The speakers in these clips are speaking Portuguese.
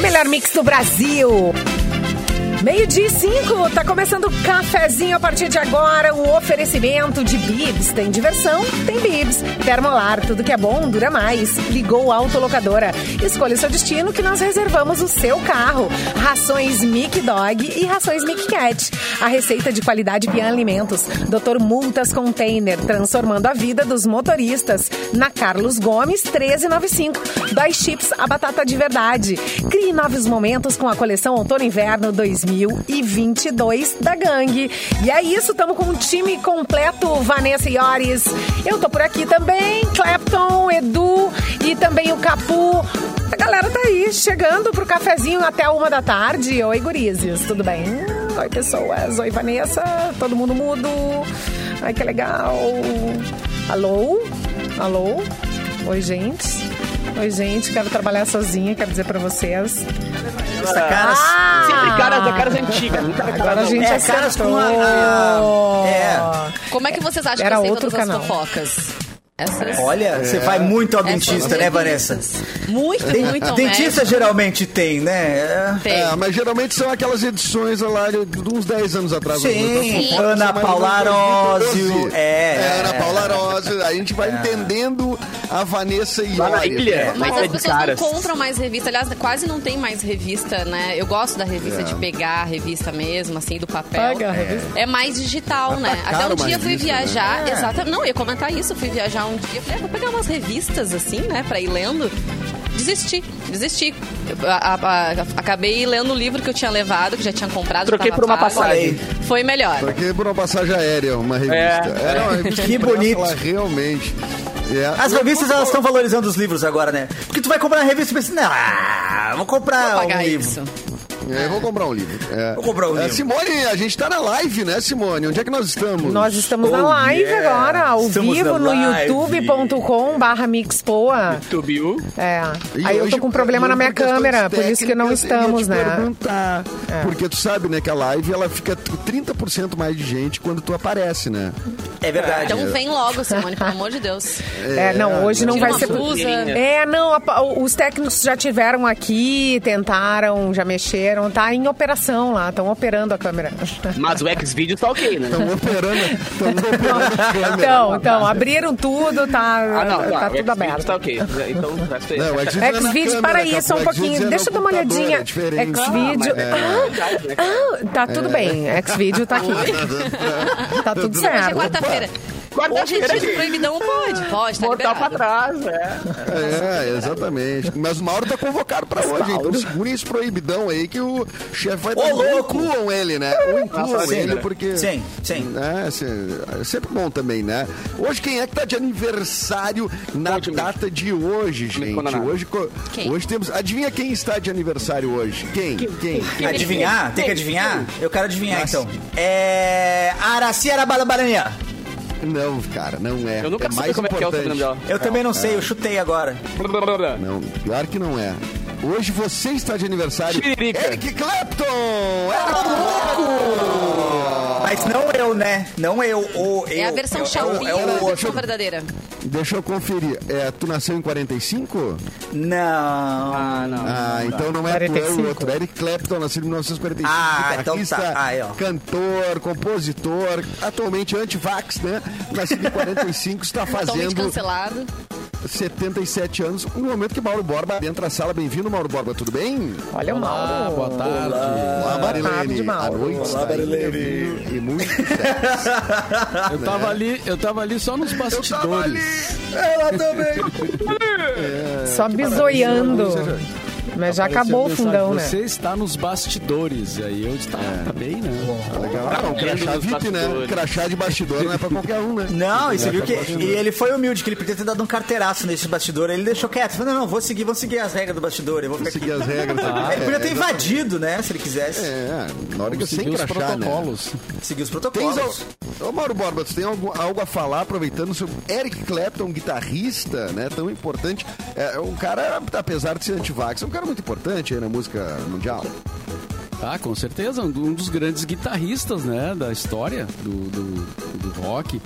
melhor mix do Brasil. Meio-dia e cinco, tá começando o cafezinho a partir de agora. O oferecimento de Bibs. Tem diversão, tem Bibs. Termolar, tudo que é bom dura mais. Ligou a autolocadora. Escolha o seu destino que nós reservamos o seu carro. Rações Mic Dog e rações Mic Cat. A receita de qualidade Pian Alimentos. Doutor Multas Container, transformando a vida dos motoristas. Na Carlos Gomes, 1395. Dói chips, a batata de verdade. Crie novos momentos com a coleção Outono e Inverno 2022 da Gangue. E é isso, estamos com um time completo, Vanessa Iores. Eu tô por aqui também, Clapton, Edu e também o Capu. A galera tá aí, chegando pro cafezinho até uma da tarde. Oi, gurizes, tudo bem? Oi, pessoas. Oi, Vanessa. Todo mundo mudo. Ai, que legal. Alô? Alô? Oi, gente. Oi, gente. Quero trabalhar sozinha, quero dizer pra vocês. Essa cara, Ah! sempre caras, é caras antigas. Nunca era Agora cara a gente nova. é acertou. caras com a, a- É. Como é que vocês acham Era que eu sei outro todas canal. as fofocas? Essas, Olha, você vai muito ao essas dentista, né, Vanessa? revistas. Muito, Den- É muito ao dentista geralmente tem, né? É. médico. Tem. É, mas geralmente são aquelas edições lá de de uns 10 anos atrás. Sim, Então, Ana são mais Paula ou menos Arósio, 2012. é. é, Ana Paula Arósio. A gente vai entendendo a Vanessa e Lá na Iori. ilha. Mas Nova as de pessoas caras. não compram mais revista. Aliás, quase não tem mais revista, né? Eu gosto da revista, de pegar a revista mesmo, assim, do papel. Paga a revista. É mais digital, Mas tá né? caro Até um dia mais fui isso, viajar, né? É. exatamente. Não, eu ia comentar isso. Fui viajar um dia, falei, ah, vou pegar umas revistas, assim, né, pra ir lendo. Desisti, desisti. Eu, a- a- a- acabei lendo o livro que eu tinha levado, que já tinha comprado. que Troquei tava por uma pago. passagem. Foi melhor. Porque é por uma passagem aérea, uma revista. É. Era uma revista Que impressa bonito. lá, realmente. É. As Eu- revistas, elas estão valorizando os livros agora, né? Porque tu vai comprar uma revista e pensa, não, ah, vou comprar Vou um pagar livro. isso. É, eu vou comprar um livro. É. Vou comprar um É, livro. Simone, a gente tá na live, né, Simone? Onde é que nós estamos? Nós estamos na Oh, live yeah. agora, ao Estamos vivo, na no live. youtube.com barra mixpoa. Tubiu. É. E Aí eu hoje- tô com um problema e na hoje minha por questões câmera, por isso que não técnicas, eu ia te estamos, né? perguntar, É. Porque tu sabe, né, que a live ela fica 30% mais de gente quando tu aparece, né? É verdade. Então vem logo, Simone, pelo amor de Deus. É, não, hoje não Tira vai uma ser. blusa. É, não, a- os técnicos já tiveram aqui, tentaram, já mexeram, tá em operação lá, estão operando a câmera. Mas o Xvideos tá ok, né? Estamos operando, estamos operando a câmera. Então, então, abriram tudo, tá, Ah, não, tá não, o tudo Xvideos aberto. Tá ok. Então, o resto é- Não, o Xvideos é na Xvideo, câmera, para aí, só um capaz, o Xvideos pouquinho. é Deixa eu no dar uma computador, olhadinha. é diferente. Xvideo. Ah, mas é verdade, né, cara? Ah, tá tudo bem. Xvideo tá aqui. Tá tudo Hoje é certo. quarta-feira. Hoje é Quarta-feira, dia de gente. proibidão, pode, pode, tá é Mortal pra liberado. trás, né? É, exatamente. Mas o Mauro tá convocado pra hoje, então segurem esse proibidão aí que o chefe vai Ô, louco! Incluam ele, né? Ou incluam Nossa, ele, sim. porque... Sim, sim. É, se- é sempre bom também, né? Hoje, quem é que tá de aniversário na Conte-me. data de hoje, gente? conta nada. Hoje, co- Quem? hoje temos... Adivinha quem está de aniversário hoje? Quem? Quem? Adivinhar? Tem que adivinhar? Eu quero adivinhar, então. É... Araci Arabalabaranha. Não, cara, não é. Eu nunca é sei mais como é que é o importante. sobrenome dela. Eu também não sei, eu chutei agora. Não, pior que não é. Hoje você está de aniversário. Tiririca. Eric Clapton! É Era Mas não eu, né? Não eu, o eu. É a versão eu, chapinha, eu- eu- a o- versão verdadeira. Deixa eu conferir. É, tu nasceu em 45? né? Não. Ah, não. Ah, então não é 45. tu, é 45. o outro. Eric Clapton, nascido em 1945. Ah, então guitarrista, tá. Ah, é, ó. Cantor, compositor, atualmente anti-vax, né? Nascido em 45, está Totalmente fazendo cancelado. 77 anos. No momento que Mauro Borba entra à sala. Bem-vindo, Mauro Borba, tudo bem? Olha o Ah, Mauro. Boa tarde. Olá, tarde, Mauro. A noite está Marilene. E muito sucesso. Eu tava ali, eu tava ali só nos bastidores. Ela também. Só bisoiando. Mas já acabou o Apareceu a fundão, né? mensagem, Você está nos bastidores. Aí eu disse, tá, É. tá bem, né? Legal. Ah, um crachá Dos VIP, né? bastidores. Crachá de bastidor não é pra qualquer um, né? Não, e você viu que e um ele foi humilde, que ele podia ter dado um carteiraço nesse bastidor. Ele deixou quieto. Falou, não, não, vou seguir, vou seguir as regras do bastidor. Eu vou ficar Seguir aqui. as regras. também. Ele podia ter invadido, né? Se ele quisesse. É, na hora que eu sei Seguiu os crachá, né? protocolos. Seguir os Tens protocolos. al... Ô Mauro Borba, tu tem algo, algo a falar aproveitando sobre Eric Clapton, guitarrista, né? Tão importante. É um cara, apesar de ser antivax, é um cara muito importante aí na música mundial. Ah, com certeza, um, do- um dos grandes guitarristas, né, da história do, do, do rock.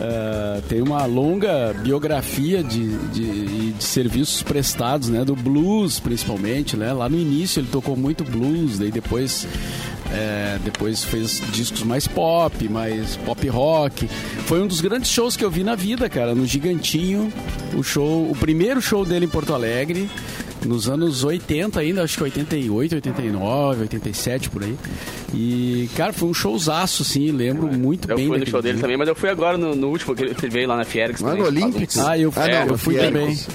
Ah, tem uma longa biografia de, de, de serviços prestados, né, do blues, principalmente, né. Lá no início ele tocou muito blues, daí depois... é, depois fez discos mais pop, mais pop rock. Foi um dos grandes shows que eu vi na vida, cara, no Gigantinho. O show, o primeiro show dele em Porto Alegre, nos anos 80 ainda, acho que 88, 89, 87 por aí. E, cara, foi um showzaço, assim, lembro muito Eu bem. fui no daquele show dele dia. também, mas eu fui agora no, no último que ele ele veio lá na Fiergs. Não é no também, faz Olympics? uns- Ah, eu fui, É, eu no fui também. Fiergs.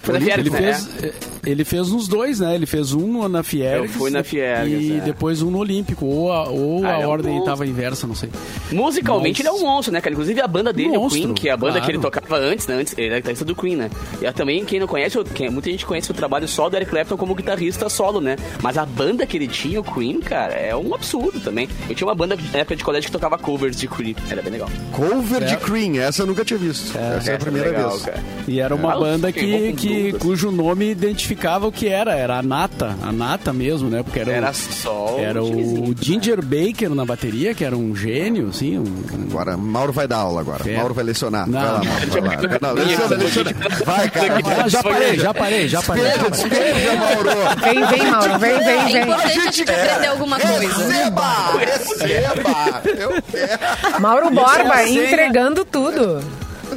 Foi na Ele Fiergs, né? fez, é, ele fez nos dois, né? Ele fez um no- na Fiergs. Eu fui na Fiergs, E é. depois um no Olímpico. Ou a, ou Ah, a é um ordem monstro. estava inversa, não sei. Musicalmente Nossa. ele é um monstro, né, cara? Inclusive a banda dele, Monstro, o Queen, que é a banda claro. que ele tocava antes, né? Antes, ele era guitarrista do Queen, né? E eu também, quem não conhece, eu- quem- muita gente conhece o trabalho só do Eric Clapton como guitarrista solo, né? Mas a banda que ele tinha, o Queen, cara, é um absurdo também. Eu tinha uma banda na época de colégio que tocava covers de Queen, era bem legal. Cover É. de Cream, essa eu nunca tinha visto. essa é a Essa primeira legal, vez. cara. E era uma Ah, banda fiquei bom que, com que dúvidas. cujo nome identificava o que era, era a Nata, a Nata mesmo, né? Porque era, Era o, só um era o timezinho, Ginger Baker na bateria, que era um gênio, assim, um, um- Agora, Mauro vai dar aula agora. É. Mauro vai lecionar. Não. Vai lá, Mauro. Vai lá. Não, leciona, leciona. Vai, cara. vai. Ah, já parei, já parei, já parei. Despeja, despeja, Mauro. Vem, vem, Mauro, vem, vem, É vem. importante a gente aprender alguma coisa. Receba! Receba! Eu quero. Mauro Isso é Borba a senha. entregando tudo.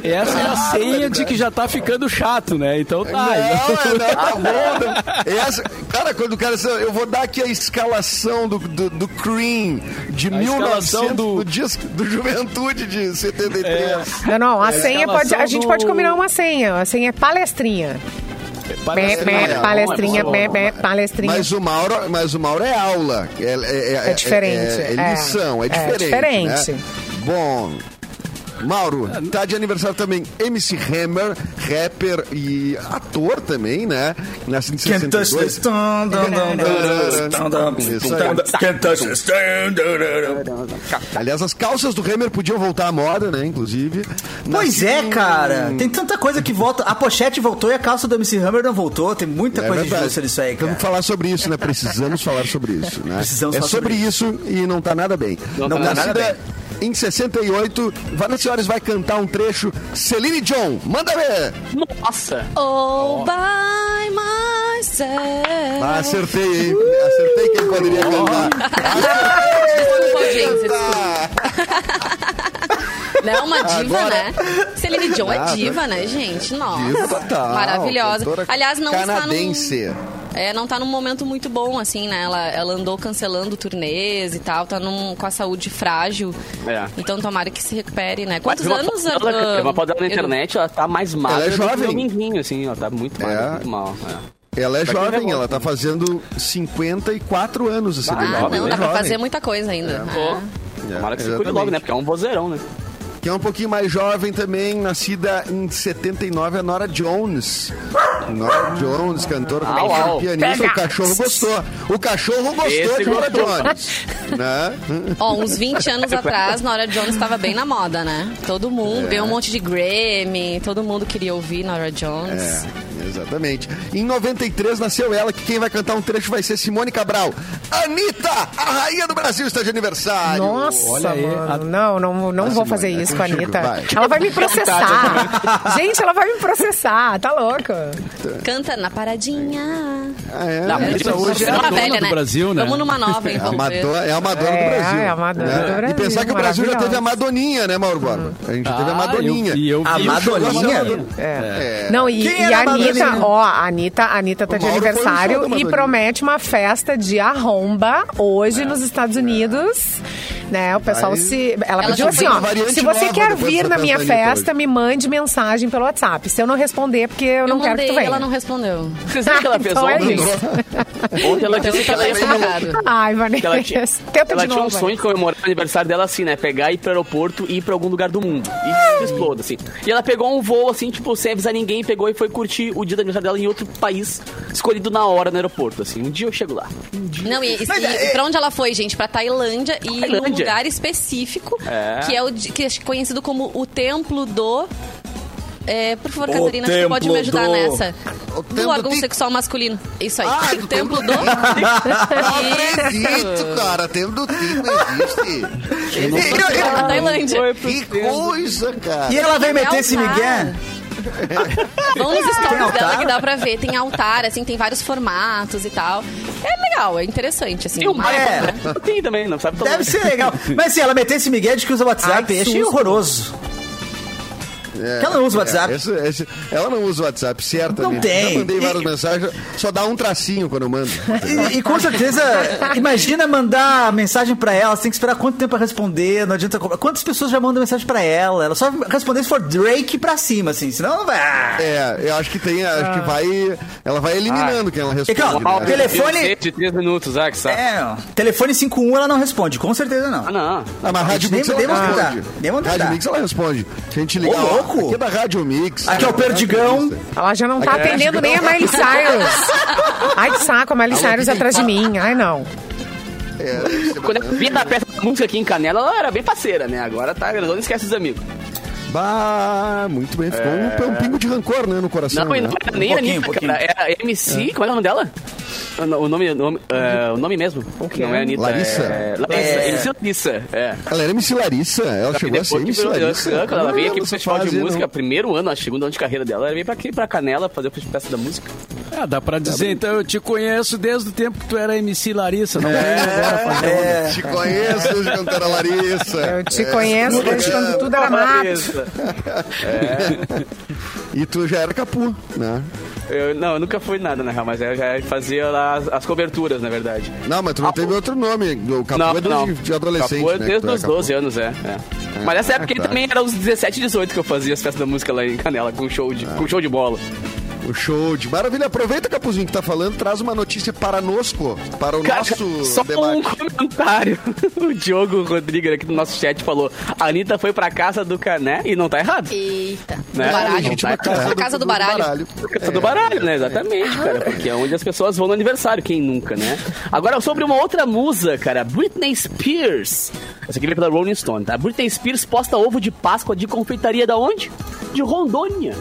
Essa é a senha de que já tá ficando chato, né? Então tá. Não, então- não, tá bom. não. Essa- cara, quando o cara. Eu vou dar aqui a escalação do, do, do Cream de A escalação 1900. do- Do... É. disco do Juventude de 73. Não, não, a senha pode. A escalação gente do- pode combinar uma senha. A senha é palestrinha. Bé, Parece- bé, é bom, palestrinha, é bom, bé, é bé, palestrinha. Mas o Mauro, mas o Mauro é aula. É, é- é- É diferente, É, é, é. lição, é, É diferente. diferente. né? Bom. Mauro, É, tá de aniversário também MC Hammer, rapper e ator também, né? Nascido em Can't touch the 62. stone, dum, dum, dum, dum, Isso dum, aí. dum. Can't touch the stone, dum, dum, dum. Aliás, as calças do Hammer podiam voltar à moda, né? Inclusive. Pois Nascido é, em- cara. Tem tanta coisa que volta. A pochete voltou e a calça do MC Hammer não voltou. Tem muita É coisa verdade. injusta nisso aí, Vamos cara. falar sobre isso, né? Precisamos falar sobre isso, né? Precisamos é falar sobre isso. e não tá nada bem. Não tá nada Nascida Em 68, Vanessa Senhores vai cantar um trecho. Celine John, manda ver! Nossa! Oh, All by myself. Ah, acertei, hein? Acertei quem poderia cantar. Desculpa, gente, tá- desculpa. Não é uma diva, Agora- né? Celine Dion Ah, é diva, né, gente? Nossa. Diva total. Maravilhosa. Cantora Aliás, não canadense. está num... É, não tá num momento muito bom, assim, né? Ela, ela andou cancelando turnês e tal, tá num, com a saúde frágil. É. Então tomara que se recupere, né? Mas Quantos uma anos? foto dela- ah, tem uma foto dela na Edu? internet, ela tá mais magra Ela é do que o jovem. Dominguinho, assim, ela tá muito magra, É. muito mal. é. Ela é Vai que jovem, revolta. ela tá fazendo 54 anos a Celine Ah, Dion. não, é dá pra jovem. fazer muita coisa ainda. Pô, É, Tomara que se cure exatamente. logo, né? Porque é um vozeirão, né? Que é um pouquinho mais jovem também, nascida em 79, a Nora Jones. Nora Jones, cantora, Au, compositora, au. pianista. Pega. O cachorro gostou. O cachorro gostou Esse de Nora gostou. Jones. né? Ó, uns 20 anos atrás, Nora Jones estava bem na moda, né? Todo É. mundo, ganhou um monte de Grammy, todo mundo queria ouvir Nora Jones. É, exatamente. Em 93 nasceu ela, que quem vai cantar um trecho vai ser Simone Cabral. Anitta, a rainha do Brasil, está de aniversário. Olha Nossa, aí, mano. a- Não, não, não Ah, vou Simone, fazer é isso com a contigo, Anitta. vai. Ela vai me processar. Gente, ela vai me processar. Tá louca. É. Canta na paradinha. tipo, Ah, é. Não, Essa isso hoje é a Uma dona do Brasil, né? Vamos numa nova, É a então. Madonna, é a Madonna É, do Brasil. é a Madonna né? do Brasil, E pensar que o Brasil já maravilhosa. teve a Madoninha, né, Mauro Borba? A gente já teve a Madoninha. Ah, eu- e eu A vi o um show da Madoninha? Madonna. É. Não, e, e Quem era a a Madalena? Anitta, ó, a Anitta, a Anitta tá O de Mauro foi no show da aniversário e Madalena. promete uma festa de arromba hoje nos Estados Unidos. Né, o pessoal Aí- se. Ela, Ela pediu já assim, tem uma ó. variante Se você nova quer depois vir da na festa minha da Anitta festa, hoje." me mande mensagem pelo WhatsApp. Se eu não responder, é porque eu, Eu não quero que tu mandei, venha. ela não respondeu. Vocês viram que ela fez Então é ontem? isso. Ontem ela um Então disse que tá ela é bem ia errado. Ai, que Vanessa. ela tinha, Tenta ela de tinha novo. um sonho de comemorar o aniversário dela assim, né? Pegar, ir pro aeroporto e ir pra algum lugar do mundo. E se exploda, assim. E ela pegou um voo, assim, tipo, sem avisar ninguém, pegou e foi curtir o dia do aniversário dela em outro país, escolhido na hora no aeroporto, assim. Um dia eu chego lá. Não, e, e, e pra onde ela foi, gente? Pra Tailândia e num Tailândia. lugar específico, É. que é o de- que é conhecido como o Templo do. É, por favor, O Catarina, acho que pode templo me ajudar do- nessa. Do O templo órgão de- sexual masculino. Isso aí. Ah, o do templo do. Não Isso. acredito, cara. Tempo do tempo existe. Eu não E- sei. e- tá Na Tailândia. Que coisa, cara. E ela vem Tem meter esse altar. migué? Vão nos Tem stories altar? dela que dá pra ver. Tem altar, assim, tem vários formatos e tal. É legal, é interessante, assim. Tem um Uma- É, Tem também, não sabe tomar. deve ser legal. Mas se ela meter esse migué de que usa WhatsApp, Ai, que achei susto. horroroso. É, Ela não usa o WhatsApp. é, esse- esse- ela não usa o WhatsApp, certo? Não né? tem. Já mandei várias E- mensagens, só dá um tracinho quando eu mando. E, e com certeza, imagina mandar mensagem pra ela, você tem que esperar quanto tempo pra responder, não adianta. cobrar. Quantas pessoas já mandam mensagem pra ela? Ela só responder se for Drake pra cima, assim, senão não vai. Ah. É, eu acho que tem, acho Ah. que vai, ela vai eliminando quem ela responde. calma, né? o É telefone- De três minutos, ah, que saco. É, ó. telefone 51 ela não responde, com certeza não. Ah, não. Ah, mas a Rádio Nem- Mix nem ela vamos tentar, responde. nem vamos tentar. Rádio Mix ela responde. Se a gente ligar, Ô, ó, louco! aqui é da Rádio Mix. Aqui é o Perdigão. Ela já não tá Aquela atendendo nem a gigante. Miley Cyrus. Ai, que saco, a Miley Cyrus atrás de mim. Ai, não. Quando eu vi da peça da música aqui em Canela, ela era bem parceira, né? Agora tá, não esquece os amigos. Bah, muito bem. Ficou um- um, pingo de rancor, né, no coração. É. Não, e né? não é era nem Um a Anitta, pouquinho, cara. Era MC, como é o nome dela? O no- Ah, O nome, o nome, é, o nome mesmo. Não é Anitta. Uhum. Larissa. É, Larissa. MC Larissa. É. Ela era MC Larissa. Ela chegou a ser Depois que MC virou Larissa. Larissa, quando ela Ah, veio aqui pro essa festival de fase, não. música, primeiro ano, acho, segundo ano de carreira dela, ela veio pra aqui, pra Canela, fazer o festival da música. Ah, dá pra dizer, então eu te conheço desde o tempo que tu era MC Larissa, não é? agora fazer uma- Te conheço desde quando era Larissa. Eu te conheço desde quando tudo era mato. Larissa. E tu já era capu, né? Eu, não, eu nunca fui nada, na real, mas eu já fazia lá as, as coberturas, na verdade. Não, mas tu não Ah, teve outro nome. O capu é desde de adolescente, Capu é né? que desde tu é os capu. 12 anos, é. é. Mas nessa época ele tá. também era os 17, 18 que eu fazia as festas da música lá em Canela, com show Ah. de, com show de bola. O show de maravilha. Aproveita, Capuzinho, que tá falando, traz uma notícia para nosco, para o Cara, nosso só um debate. comentário. O Diogo Rodrigues aqui no nosso chat falou: a Anitta foi pra casa do Cané e não tá errado. Eita. Do Né? baralho. Gente, uma É, Foi pra casa do baralho. Casa do baralho, né? Exatamente, cara. Porque é onde as pessoas vão no aniversário, quem nunca, né? Agora, sobre uma outra musa, cara, Britney Spears. Essa aqui veio pela Rolling Stone, tá? Britney Spears posta ovo de Páscoa de confeitaria da onde? De Rondônia.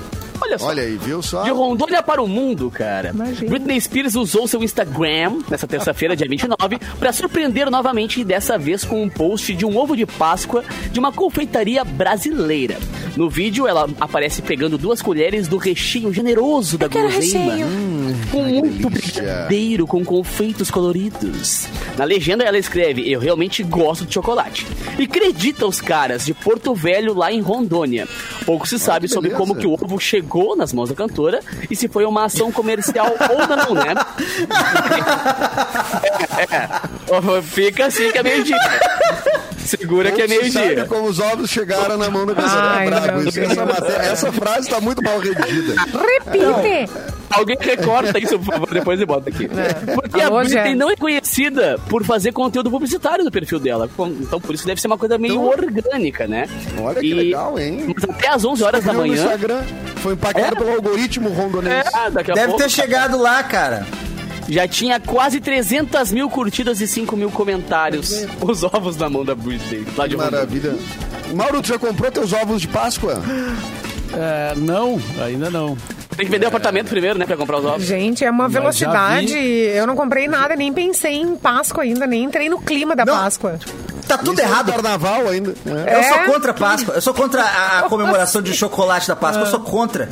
Olha só. Olha aí, viu só? De Rondônia para o mundo, cara. Britney Spears usou seu Instagram nessa terça-feira, dia 29, para surpreender novamente e dessa vez com um post de um ovo de Páscoa de uma confeitaria brasileira. No vídeo, ela aparece pegando duas colheres do recheio generoso da guloseima. Hum, com muito delícia. brigadeiro, com confeitos coloridos. Na legenda, ela escreve, eu realmente gosto de chocolate. E acredita os caras de Porto Velho, lá em Rondônia. Pouco se sabe sobre beleza. como que o ovo chegou nas mãos da cantora e se foi uma ação comercial ou não, né? É. Fica assim que é meio-dia. Segura que é Pouco se sabe meio-dia. como os ovos chegaram na mão da pessoa Ai, brabo. meu Isso, é Essa, Deus. matéria- essa frase tá muito mal redigida. Repite. Alguém recorta isso, por favor, depois e bota aqui. Porque Alô, a Britney Jess. não é conhecida por fazer conteúdo publicitário do perfil dela. Com- Então, por isso deve ser uma coisa meio Então- orgânica, né? Olha que E- legal, hein? Mas até às 11 horas da Viu no manhã... Instagram, foi impactado pelo algoritmo rondonense. É, daqui a Deve pouco ter chegado lá, cara. já tinha quase 300 mil curtidas e 5 mil comentários. Os ovos na mão da Britney. Lá de Que Rondônia. Maravilha. Mauro, tu já comprou teus ovos de Páscoa? É, não, ainda não. Tem que vender o apartamento primeiro, né? Pra comprar os ovos. Gente, é uma Mas já velocidade. vi. Eu não comprei nada, nem pensei em Páscoa ainda, nem entrei no clima da Não. Páscoa. Tá tudo Isso é errado. Carnaval ainda. É. Eu É? sou contra a Páscoa. Eu sou contra a, a comemoração de chocolate da Páscoa. Eu sou contra.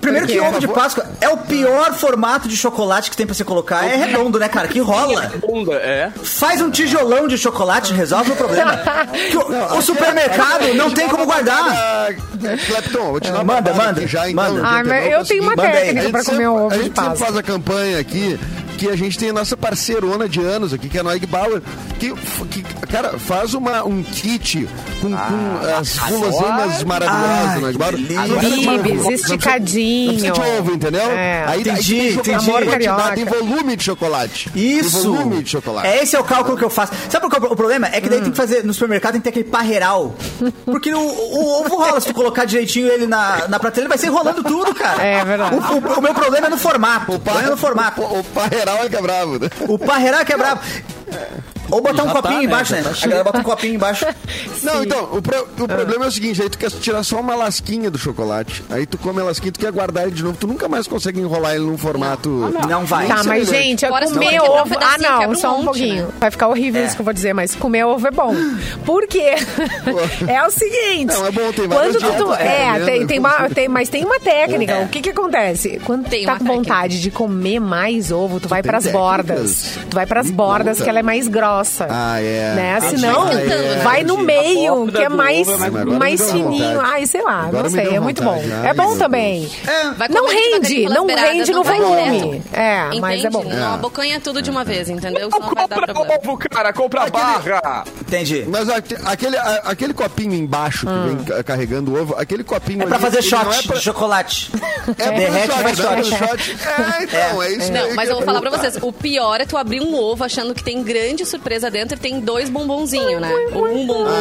Primeiro que Por quê? ovo de Páscoa é o pior formato de chocolate que tem pra se colocar. É redondo, né, cara? Que rola. Onda, é. Faz um tijolão de chocolate e resolve o problema. Que o- é o, supermercado não tem como guardar. Ah, Clepton, vou te dar uma Manda, babada manda, aqui já, então. manda. já Ah, mas entendeu? eu tenho uma Manda aí. A técnica gente pra comer sempre- um a ovo de gente sempre Páscoa. faz a campanha aqui que a gente tem a nossa parceirona de anos aqui, que é a Noig Bauer, que, que, cara, faz uma, um kit com, Ah, com as guloseimas maravilhosas Ai, da Noig Bauer. que Não precisa de ovo, não Bibis, precisa- esticadinho. Não precisa de ovo, entendeu? É. Aí, Entendi, aí tem entendi. jogo de quantidade, Carioca. tem volume de chocolate. Isso. Tem volume de chocolate. Hum. É esse é o cálculo que eu faço. Sabe qual é o problema? É que daí tem que fazer no supermercado tem que ter aquele parreiral. Porque o, o ovo rola, se tu colocar direitinho ele na, na prateleira, vai ser enrolando tudo, cara. É verdade. O, o- o meu problema é no formato. O problema é no formato. O, o parreiral é que é bravo, né? O parreiral que é brabo. Ou botar um Já tá, copinho né? embaixo, Já né? tá A galera bota um copinho embaixo. Não, então, o, pro- Ah. o problema é o seguinte, aí tu quer tirar só uma lasquinha do chocolate, aí tu come a lasquinha, tu quer guardar ele de novo, tu nunca mais consegue enrolar ele num formato... Ah, Não vai. Tá, mas semelhante. gente, eu Fora se tu comer quebrar um ovo. assim, Ah, pedacinho, não, quebra um só um monte, pouquinho. né? Vai ficar horrível isso que eu vou dizer, mas comer ovo é bom. Por quê? é o seguinte. Não, é bom, tem várias quando tu, tu- dietas, É, né? É. tem, tem uma, tem, mas tem uma técnica. O que que acontece? Quando Tem tu tá uma com vontade de comer mais ovo, tu vai tem pras técnicas. bordas. Tu vai pras Me bordas, conta. que ela é mais grossa. Ah, é. Né? Ah, Senão, vai tentando, né? vai no A meio, borda que é do mais, ovo é mais- Agora me mais deu fininho. vontade. Ai, sei lá, Agora não me sei. deu É muito bom. vontade. É Ai, bom meu também. É, Vai Não comer devagarinho rende, pelas não beiradas, rende no vai volume. direto. É, mas é Entende? bom. Não abocanha tudo de uma vez, entendeu? Senão vai dar Compra problema. ovo, cara, compra barra. né? Entendi. Mas aque- aquele, a- aquele copinho embaixo que vem Ah. ca- carregando o ovo, aquele copinho É pra ali, fazer ele shot não é pra- de chocolate. É pro Derrete, faz shot, né? shot. Pro shot. É, então, é isso Não, aí mas que eu vou falar pra perguntar. vocês. O pior é tu abrir um ovo achando que tem grande surpresa dentro e tem dois bombonzinhos, né? Ou um bombonzinho.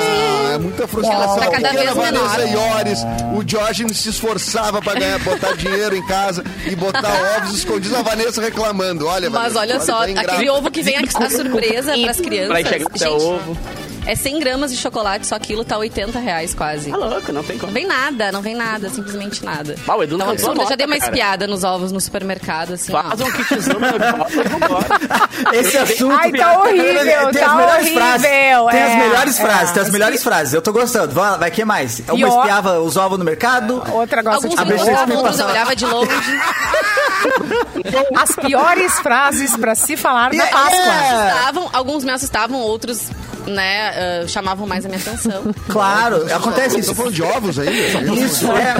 Ah, é muita frustração. Ela tá cada Porque vez a Vanessa menor. Iores, o Diógenes se esforçava pra ganhar, botar dinheiro em casa e botar ovos escondidos. A Vanessa reclamando. Olha, Mas Vanessa, olha só, tá ingrata. aquele ovo que vem a, a surpresa pras crianças. Pra enxergar até o ovo. É 100 gramas de chocolate, só aquilo tá 80 reais quase. Tá louco, não tem como. Não vem nada, não vem nada, simplesmente nada. Ah, o Edu Tá um não absurdo, eu nota, já dei uma cara. espiada nos ovos no supermercado, assim, Faz ó. um kitzão na vambora. Esse assunto. Ai, tá horrível, Tem tá as melhores horrível. frases. Tem as É, melhores é. frases, tem as melhores frases. Eu tô gostando. Vai, lá, vai que mais? Uma Pior. espiava os ovos no mercado. Outra gosta Alguns de A me Mercedes ovo. me gostavam, outros eu passava. olhava de longe. As piores frases pra se falar na É, Páscoa. Assustavam, alguns me assustavam, outros, né, ah, chamavam mais a minha atenção. Claro, acontece Tô isso. falando de ovos ainda? Isso, é.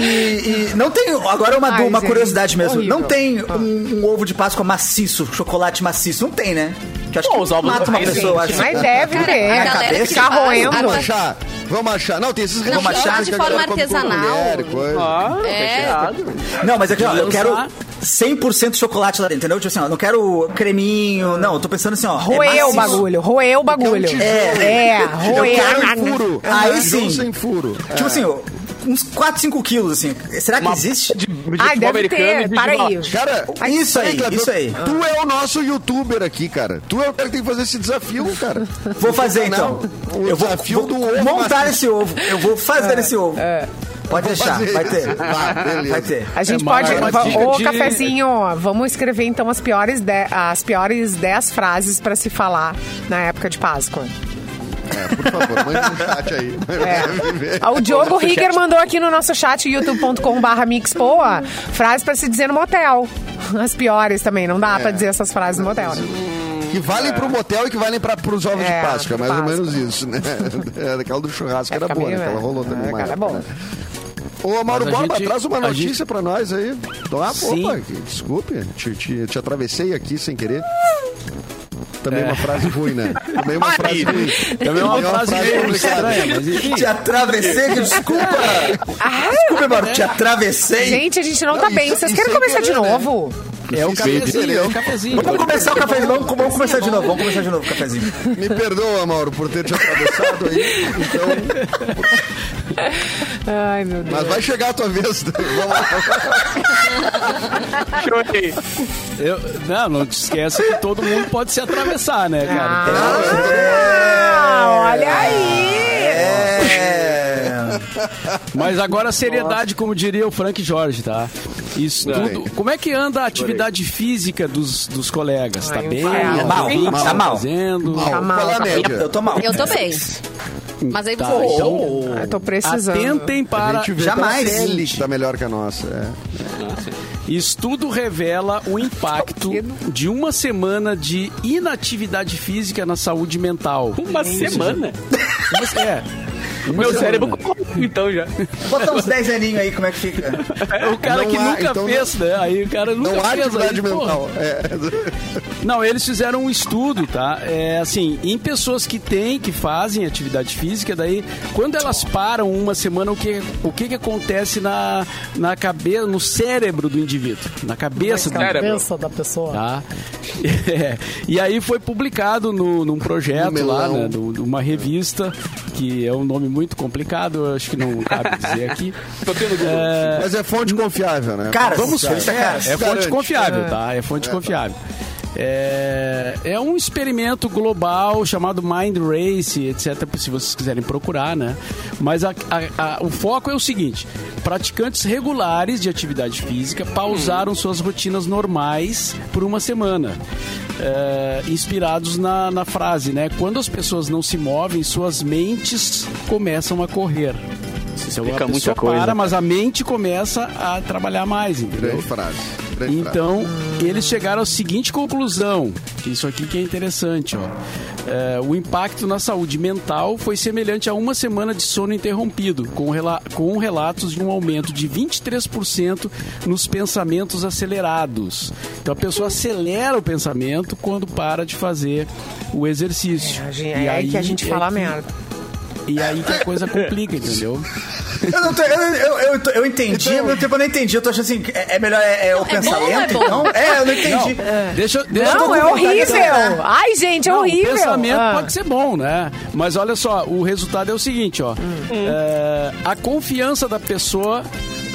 E, e não tem. Agora é uma, Ai, uma gente, curiosidade mesmo. horrível. Ah. Não tem um, um ovo de Páscoa maciço, chocolate maciço. Não tem, né? Que eu acho Bom, que os ovos é. mata do uma país, é, pessoa, Gente, acho. mas deve Cara, ter. a Na galera que cabeça? Ficar faz- roendo. Vamos a- achar. Vamos achar. Não, tem esses Não, achar de forma artesanal. Ah, É. Não, mas aqui, ó, eu Lançar. quero 100% chocolate lá dentro, entendeu? Tipo assim, ó, não quero creminho, não, eu tô pensando assim, ó. é Roeu o maciço. bagulho, roeu o bagulho. tijolo. É, é, Eu roeu. quero em furo. Aí Eu sim. sem furo. Tipo assim, ó, uns 4, 5 quilos, assim. Será que existe? Ai, deve ter, para aí. Cara, Isso aí, Cleber, isso aí. Tu é o nosso youtuber aqui, cara. Tu é o cara que tem que fazer esse desafio, cara. Vou fazer então. Não, o eu vou, desafio vou do ovo montar maciço. esse ovo. Eu vou fazer esse ovo. Pode deixar, fazer vai isso. ter. Tá, beleza. Vai ter. A gente É uma- pode. uma va- dica Ô, de- cafezinho, ó, vamos escrever então as piores, de- as piores 10 frases pra se falar na época de Páscoa. É, por favor, manda um chat aí. Ah, O Diogo Rigger mandou aqui no nosso chat, youtube.com/barra mixpoa, frases pra se dizer no motel. As piores também, não É. dá pra dizer essas frases no motel. né? Que valem pro motel e que valem pra, pros ovos É, de Páscoa. pro Mais ou Páscoa. menos isso, né? É, Aquela do churrasco era Fica boa, né? meio, Aquela é. rolou É, também. mais. cara, né? é bom. Ô, Mauro Mas a Borba, gente- traz uma a notícia gente- pra nós aí. Ah, Sim. opa, desculpe, te, te- te atravessei aqui sem querer. Também uma frase ruim, né? Também uma frase ruim. É. Também é uma frase meio complicada. estranha, mas enfim. Te atravessei, desculpa. desculpa, mano, te atravessei. Gente, a gente não, tá e bem. sem- Vocês e querem sem começar de querer, né? novo? É o cafezinho, é o cafezinho. Vamos começar o cafezinho, vamos, vamos começar de novo, vamos começar de novo o cafezinho. Me perdoa, Mauro, por ter te atravessado aí. Então, Ai, meu Deus. mas vai chegar a tua vez. né? Vamos lá. Chorei. Então, Eu, não, não te esquece que todo mundo pode se atravessar, né, cara? Ah, É. olha aí! É. Mas agora seriedade, como diria o Frank Jorge, tá? Isso tudo. Como é que anda a atividade física dos, dos colegas? Tá Ai, bem? inferno. Tá Mal, bem? mal. Tá Tá mal. fazendo? Mal, mal, Fala a tá média. Eu tô mal. Eu tô bem. Mas aí você... Tá, então, Eu tô precisando. atentem para A gente vê Jamais. pela Selig que tá melhor que a nossa. é. Estudo revela o impacto de uma semana de inatividade física na saúde mental. Uma Isso, semana. Mas é. O meu semana. cérebro corre, então já. Bota uns 10 aninhos aí, como é que fica? É o cara Não que há- nunca então fez, né? Aí o cara nunca Não há fez. atividade aí, pô. mental. É. Não, eles fizeram um estudo, tá? É assim, em pessoas que têm, que fazem atividade física, daí, quando elas param uma semana, o que, o que, que acontece na, na cabeça, no cérebro do indivíduo? Na cabeça do Cérebro. um Pensa da pessoa. Tá? É. E aí foi publicado no, num projeto No lá, melão. né, do- de uma revista, que é um nome muito complicado, eu acho que não cabe dizer aqui. Tô tendo Google. É, Mas é fonte confiável, né? Cara, tá Vamos vamos é, cara. é fonte confiável, tá? É fonte confiável. É, é um experimento global chamado Mind Race, etc. Se vocês quiserem procurar, né? Mas a- a- a- o foco é o seguinte: praticantes regulares de atividade física pausaram suas rotinas normais por uma semana. É, inspirados na, na frase, né? Quando as pessoas não se movem, suas mentes começam a correr. Então, explica a muita pessoa coisa, para, mas a mente começa a trabalhar mais, entendeu? Grande frase. Grande frase. Então, eles chegaram à seguinte conclusão, que isso aqui que é interessante, ó. É, o impacto na saúde mental foi semelhante a uma semana de sono interrompido, com, rela- com relatos de um aumento de 23% nos pensamentos acelerados. Então, a pessoa acelera o pensamento quando para de fazer o exercício. A gente- E é aí que a aí gente é fala que- merda. E aí que a coisa complica, entendeu? Eu, não tô- eu, eu, eu, tô- eu entendi, mas ao mesmo tempo eu não entendi. Eu tô achando assim, é, é melhor é, é o é pensamento, bom, é bom. então? É, eu não entendi. Deixa, eu- deixa eu Não, é com vontade de horrível. chorar. Ai, gente, é Não, horrível. O pensamento Ah. pode ser bom, né? Mas olha só, o resultado é o seguinte, ó. Hum. É, a confiança da pessoa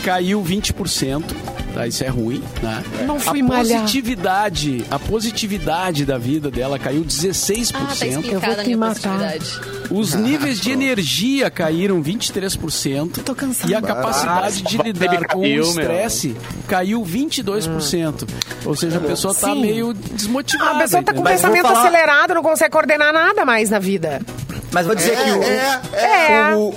caiu 20%. Tá, isso é ruim, né? Não fui a malhar. positividade, a positividade da vida dela caiu 16%. Ah, tá Eu vou explicada te a minha matar. positividade. Os Ah, níveis de energia caíram 23%. Tô cansada. E a capacidade de Ah, lidar com caiu, o meu. estresse caiu 22%. Ou seja, a pessoa tá Sim. meio desmotivada. A pessoa tá com o entendeu? pensamento falar- acelerado, não consegue coordenar nada mais na vida. Mas vou dizer que o, É. o,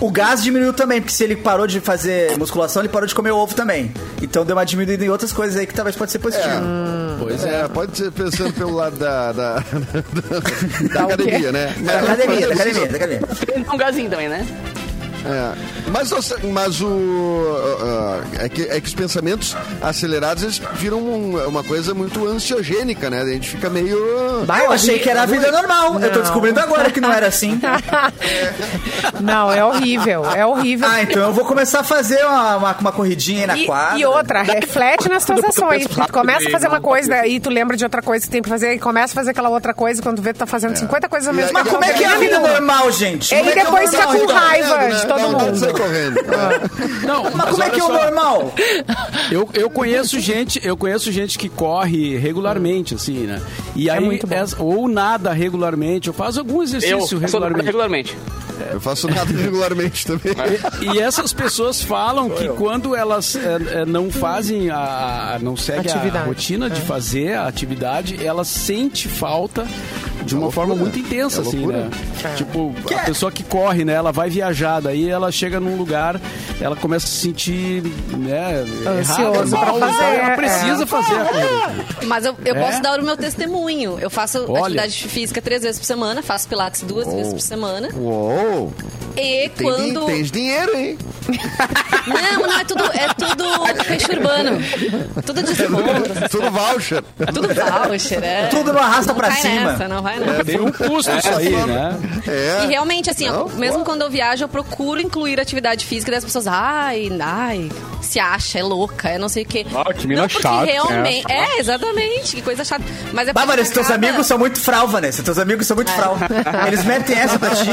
o gás diminuiu também, porque se ele parou de fazer musculação, ele parou de comer ovo também. Então deu uma diminuída em outras coisas aí que talvez pode ser positivo. Pois é. É, pode ser pensando pelo lado da, da, da- da academia, né? Da academia, da academia, da academia. Tem um gazinho também, né? É. Mas, você- mas o. ah, ah, é, que, é que os pensamentos acelerados eles viram um- uma coisa muito ansiogênica, né? A gente fica meio. Ah, eu achei que era a vida normal. Eu tô Não. descobrindo agora que não era assim. Não, é horrível. É horrível. Ah, então eu vou começar a fazer uma, uma, uma corridinha aí na E, Tá quadra. e outra, reflete nas tuas ações. Tu começa a fazer uma não coisa e tu lembra de outra coisa que tem que fazer, e começa a fazer aquela outra coisa, quando vê, tu tá fazendo 50 coisas ao E mesmo aí- Mas como é que é a vida normal, gente? E Como é que é o depois Tá normal, fica com então? raiva de todo Dá vontade de mundo. sair né? correndo. Não, Mas como é olha que é o só. normal? Eu, eu conheço gente, eu conheço gente que corre regularmente, assim, né? E aí, É muito bom. essa- ou nada regularmente, eu faço algum Eu, exercício sou regularmente. regularmente. É. Eu faço nada regularmente também. E essas pessoas falam que quando elas é, é, não fazem a. a- não seguem a Atividade. É. rotina de fazer a atividade, elas sentem falta de uma loucura, forma muito né? intensa, É assim, loucura. né? Tipo, a pessoa que corre, né? Ela vai viajar, daí ela chega num lugar, ela começa a se sentir, né? Ansioso errada, pra mal, então fazer, Ela é. precisa fazer a coisa. Mas eu, eu É? posso dar o meu testemunho. Eu faço Olha. atividade física três vezes por semana, faço pilates duas vezes por semana. Uou! E Tem, quando. tens dinheiro, hein? Não, não, é tudo, é tudo peixe urbano. Tudo desconto. Tudo voucher. Tudo voucher, é. Tudo no arrasta não pra vai cima. Nessa, não vai nessa. Tem um custo isso aí, né? É. E realmente, assim, ó, Não, mesmo quando eu viajo, eu procuro incluir atividade física das pessoas. Ai, ai, se acha, é louca, é não sei o quê. Ah, que mina não, porque chata, realmente. É. exatamente, que coisa chata. Mas é porque Bárbara, esses teus acaba- amigos são muito frau, Vanessa. Teus amigos são muito É. frau. Eles metem essa pra ti.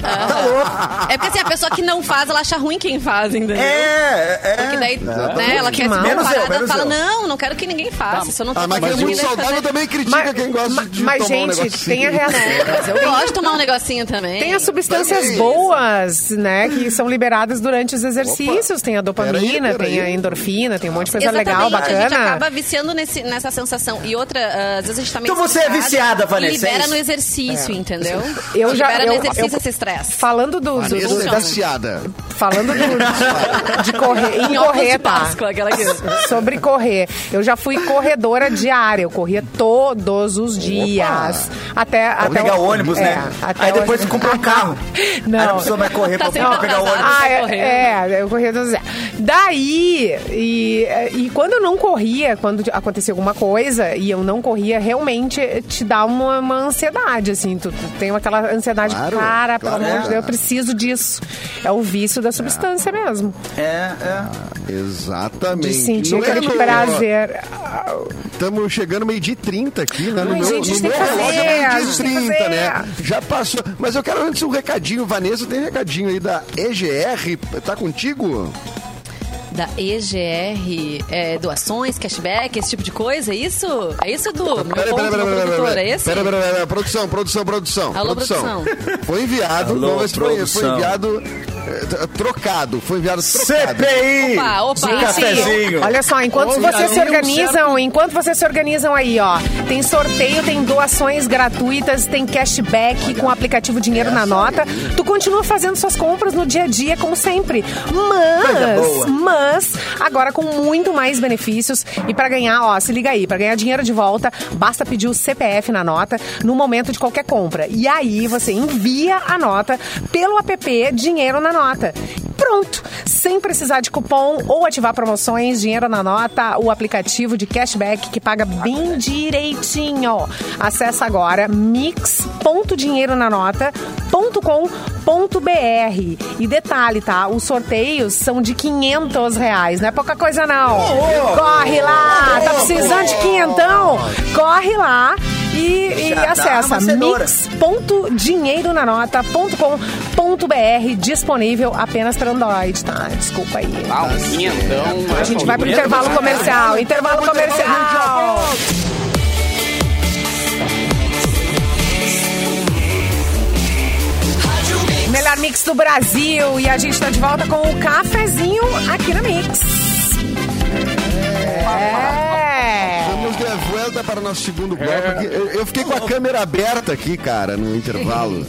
Tá louco. É porque assim, a pessoa que não faz, ela acha ruim quem faz, entendeu? É, é. Porque daí, né, Exatamente. ela quer se Menos eu, comparar, ela menos fala, eu. Tá. não, não quero que ninguém faça, isso eu não tô Ah, mas quem é fazendo, muito né, saudável fazer. também critica Mas, quem gosta mas- de mas, tomar um gente, negocinho. tem a reação. É, Eu gosto de tomar um negocinho também. Tem as substâncias Mas é isso. boas, né, que são liberadas durante os exercícios. Tem a dopamina, Peraí, peraí. tem a endorfina, tem um monte de coisa Exatamente, legal, bacana. A gente acaba viciando nesse- nessa sensação. E outra, ah, às vezes a gente tá meio Então você é estressado viciada, e Vanessa, é libera isso? no exercício, entendeu? Eu já- libera eu- no exercício eu- esse estresse. Falando dos, Vanessa dos- é viciada. falando do- de correr, em Em óculos correr, de tá? Páscoa, aquela que... Sobre correr. Eu já fui corredora diária, eu corria todos os dias. Até Vou até pegar o- ônibus, é, né? até Aí o- depois tu compra um carro. Aí a Não. pessoa vai correr Tá pra sempre pegar o atrasada. ônibus. Ah, correr, é, é, eu corria todos os dias. Daí, e, e quando eu não corria, quando acontecia alguma coisa e eu não corria, realmente te dá uma, uma ansiedade, assim. Tu, tu tem aquela ansiedade, Claro, cara, pelo claro, amor é. de Deus, eu preciso disso. É o vício da substância mesmo. É, é. Exatamente. De sentir Não é aquele no- prazer. Estamos chegando meio dia e 30 aqui, né? No Ai, meu, gente, a gente no tem meu que fazer, relógio é a meio dia gente e tem que 30, né? fazer. Já passou. Mas eu quero antes um recadinho. Vanessa, tem recadinho aí da EGR. Tá contigo? da EGR, é, doações, cashback, esse tipo de coisa, é isso? É isso, Edu? Meu Peraí, peraí, ponto, meu peraí, peraí, produtor, é peraí. esse? Peraí, peraí, peraí. Produção, produção, produção. Alô, Foi enviado, Alô, vamos ver se foi, foi produção. enviado eh, t- trocado. Foi enviado trocado. CPI! Opa, opa, Um sim. cafezinho. Olha só, enquanto Houve vocês aí se um organizam, enquanto vocês se organizam aí, ó, tem sorteio, tem doações gratuitas, tem cashback com o aplicativo Dinheiro na Nota. Tu continua fazendo suas compras no dia a dia, como sempre. Coisa boa. Mas, mas, agora com muito mais benefícios. E pra ganhar, ó, se liga aí, pra ganhar dinheiro de volta, basta pedir o CPF na nota no momento de qualquer compra. E aí você envia a nota pelo app Dinheiro na Nota. Pronto! Sem precisar de cupom ou ativar promoções, Dinheiro na Nota, o aplicativo de cashback que paga bem direitinho. Acesse agora mix.dinheironanota.com.br. E detalhe, tá? Os sorteios são de 500 reais, não é pouca coisa não. Corre lá! Tá precisando de quinhentão? Corre lá e, e Já dá acessa uma cenoura. mix.dinheironanota.com.br disponível apenas para Android, tá? Desculpa aí. Ah, um quinhentão. A gente vai pro intervalo comercial. Intervalo comercial. Melhor mix do Brasil. E a gente tá de volta com o cafezinho aqui na Mix. É. Vamos de volta para o nosso segundo bloco. aqui. Eu, eu fiquei com a câmera aberta aqui, cara, no intervalo.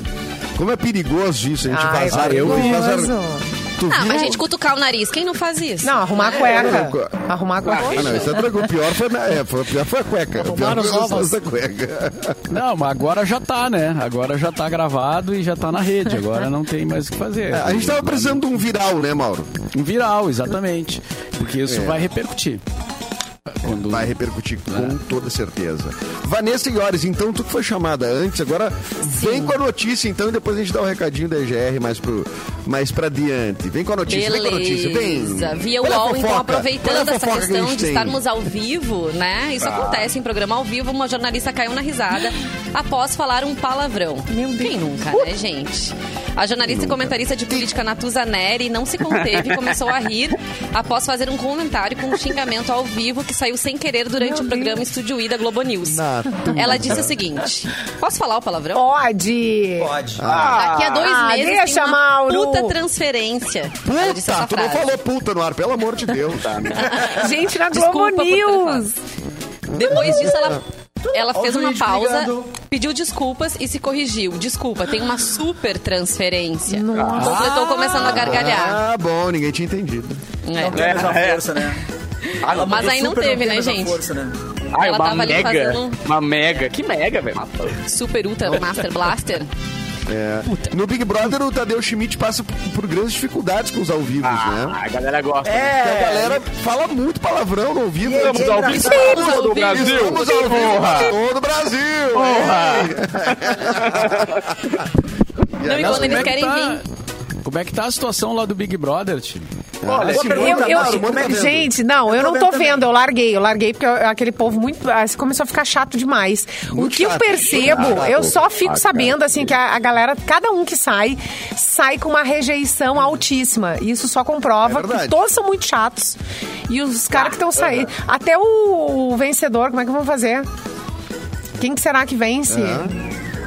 Como é perigoso isso, a gente Ai, é vazar. Eu perigoso. vazar. Tu Ah, viu? mas gente cutucar o nariz, quem não faz isso? Não, arrumar a cueca. Arrumar a Ah, cueca. não, isso é tranquilo. O pior foi, na, é, foi- o pior foi a cueca. O pior Arrumaram foi novas. essa cueca. Não, mas agora já tá, né? Agora já tá gravado e já tá na rede. Agora não tem mais o que fazer. É, A gente tava precisando de um viral, né, Mauro? Um viral, exatamente. Porque isso É. vai repercutir. Quando... Vai repercutir com toda certeza. Vanessa Iores, então tu que foi chamada antes, agora vem com a notícia então e depois a gente dá o recadinho da EGR mais, pro, mais pra diante. Vem com a notícia, vem com a notícia, Beleza. vem. Via Olha a UOL, então, fofoca, aproveitando olha a essa fofoca que a questão gente de tem. Ah. estarmos ao vivo, né? Isso acontece em programa ao vivo, uma jornalista caiu na risada após falar um palavrão. Meu Deus. Quem nunca, né, gente? A jornalista e comentarista de política Natuza Neri não se conteve e começou a rir após fazer um comentário com um xingamento ao vivo que saiu sem querer durante o programa Estúdio I da Globo News. Natuza. Ela disse o seguinte: Posso falar o palavrão? Pode. Pode. Daqui a dois Ah, meses deixa, tem uma Mauro. puta transferência. Ela disse Puta, essa Tá, tu não frase. falou puta no ar, pelo amor de Deus. Tá, Gente, na Globo Desculpa por ter News. Depois disso, ela, ela fez Olha o uma juiz pausa, brigando. pediu desculpas e se corrigiu. Desculpa, tem uma super transferência. Completou começando a gargalhar. Ah, bom, ninguém tinha entendido. É. Não teve essa força, né? Ela Mas mandou aí não super, teve, né, essa gente? força, né? Ai, Ela uma tava ali mega. fazendo- um- Uma mega. Que mega, velho. Super Ultra Master Blaster. É. No Big Brother, o Tadeu Schmidt passa por, por grandes dificuldades com os ao vivos, né? Ah, a galera gosta. Porque a galera fala muito palavrão no ao vivo. né? Estamos ao vivo Estamos em todo o Brasil. Estamos ao vivo Porra. em todo o Brasil. Não, e quando eles querem vir. é tá? Como é que tá a situação lá do Big Brother, time? Olha, Simone Eu- tá- eu- Mauro, Simone tá vendo. gente, não, eu não tô vendo também. vendo, eu larguei, eu larguei porque eu- aquele povo muito ah, começou a ficar chato demais. o Muito que eu chato. percebo, Chato. eu só fico Ah, sabendo cara. assim que a, a galera, cada um que sai, sai com uma rejeição altíssima. E Isso só comprova É verdade. que todos são muito chatos. E os caras que estão saindo, até o, o vencedor, como é que vão fazer? Quem que será que vence?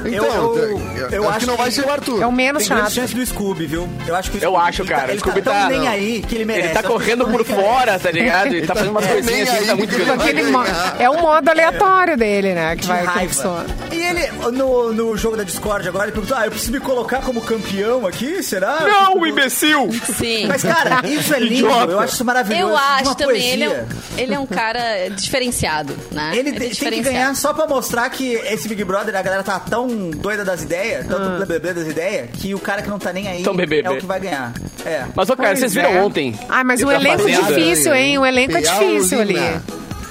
Então, eu, Eu- eu- eu acho que acho não vai que- ser o Arthur. É o menos Tem grande chato. chance do Scooby, viu? Eu acho que o Eu acho, ele cara, Ele o Scooby tá, tá- tão nem aí que ele merece. Ele Eu tá acho que correndo por fora, tá ligado? Ele tá fazendo umas tá coisinhas nem assim, tá aí, muito porque ele violento. Aquele vai mo- ganhar. é um modo aleatório dele, né? Que de vai raiva. começou. E ele, no, no jogo da Discord agora, ele perguntou: Ah, eu preciso me colocar como campeão aqui? Será? Não, imbecil! Sim. Mas, cara, isso é lindo. Idiota. Eu acho isso maravilhoso. Eu acho uma também. Ele poesia. é, um, ele é um cara diferenciado, né? Ele é tem- tem que ganhar só pra mostrar que esse Big Brother, a galera tá tão doida das ideias, tanto blá, blá, blá das ideias, que o cara que não tá nem aí Tão é BBB. o que vai ganhar. É. Mas, ô, cara, Pois vocês viram é. ontem. Ai, mas Ele o tá elenco é fazendo- difícil, hein? O elenco é PA difícil ou Lina? ali.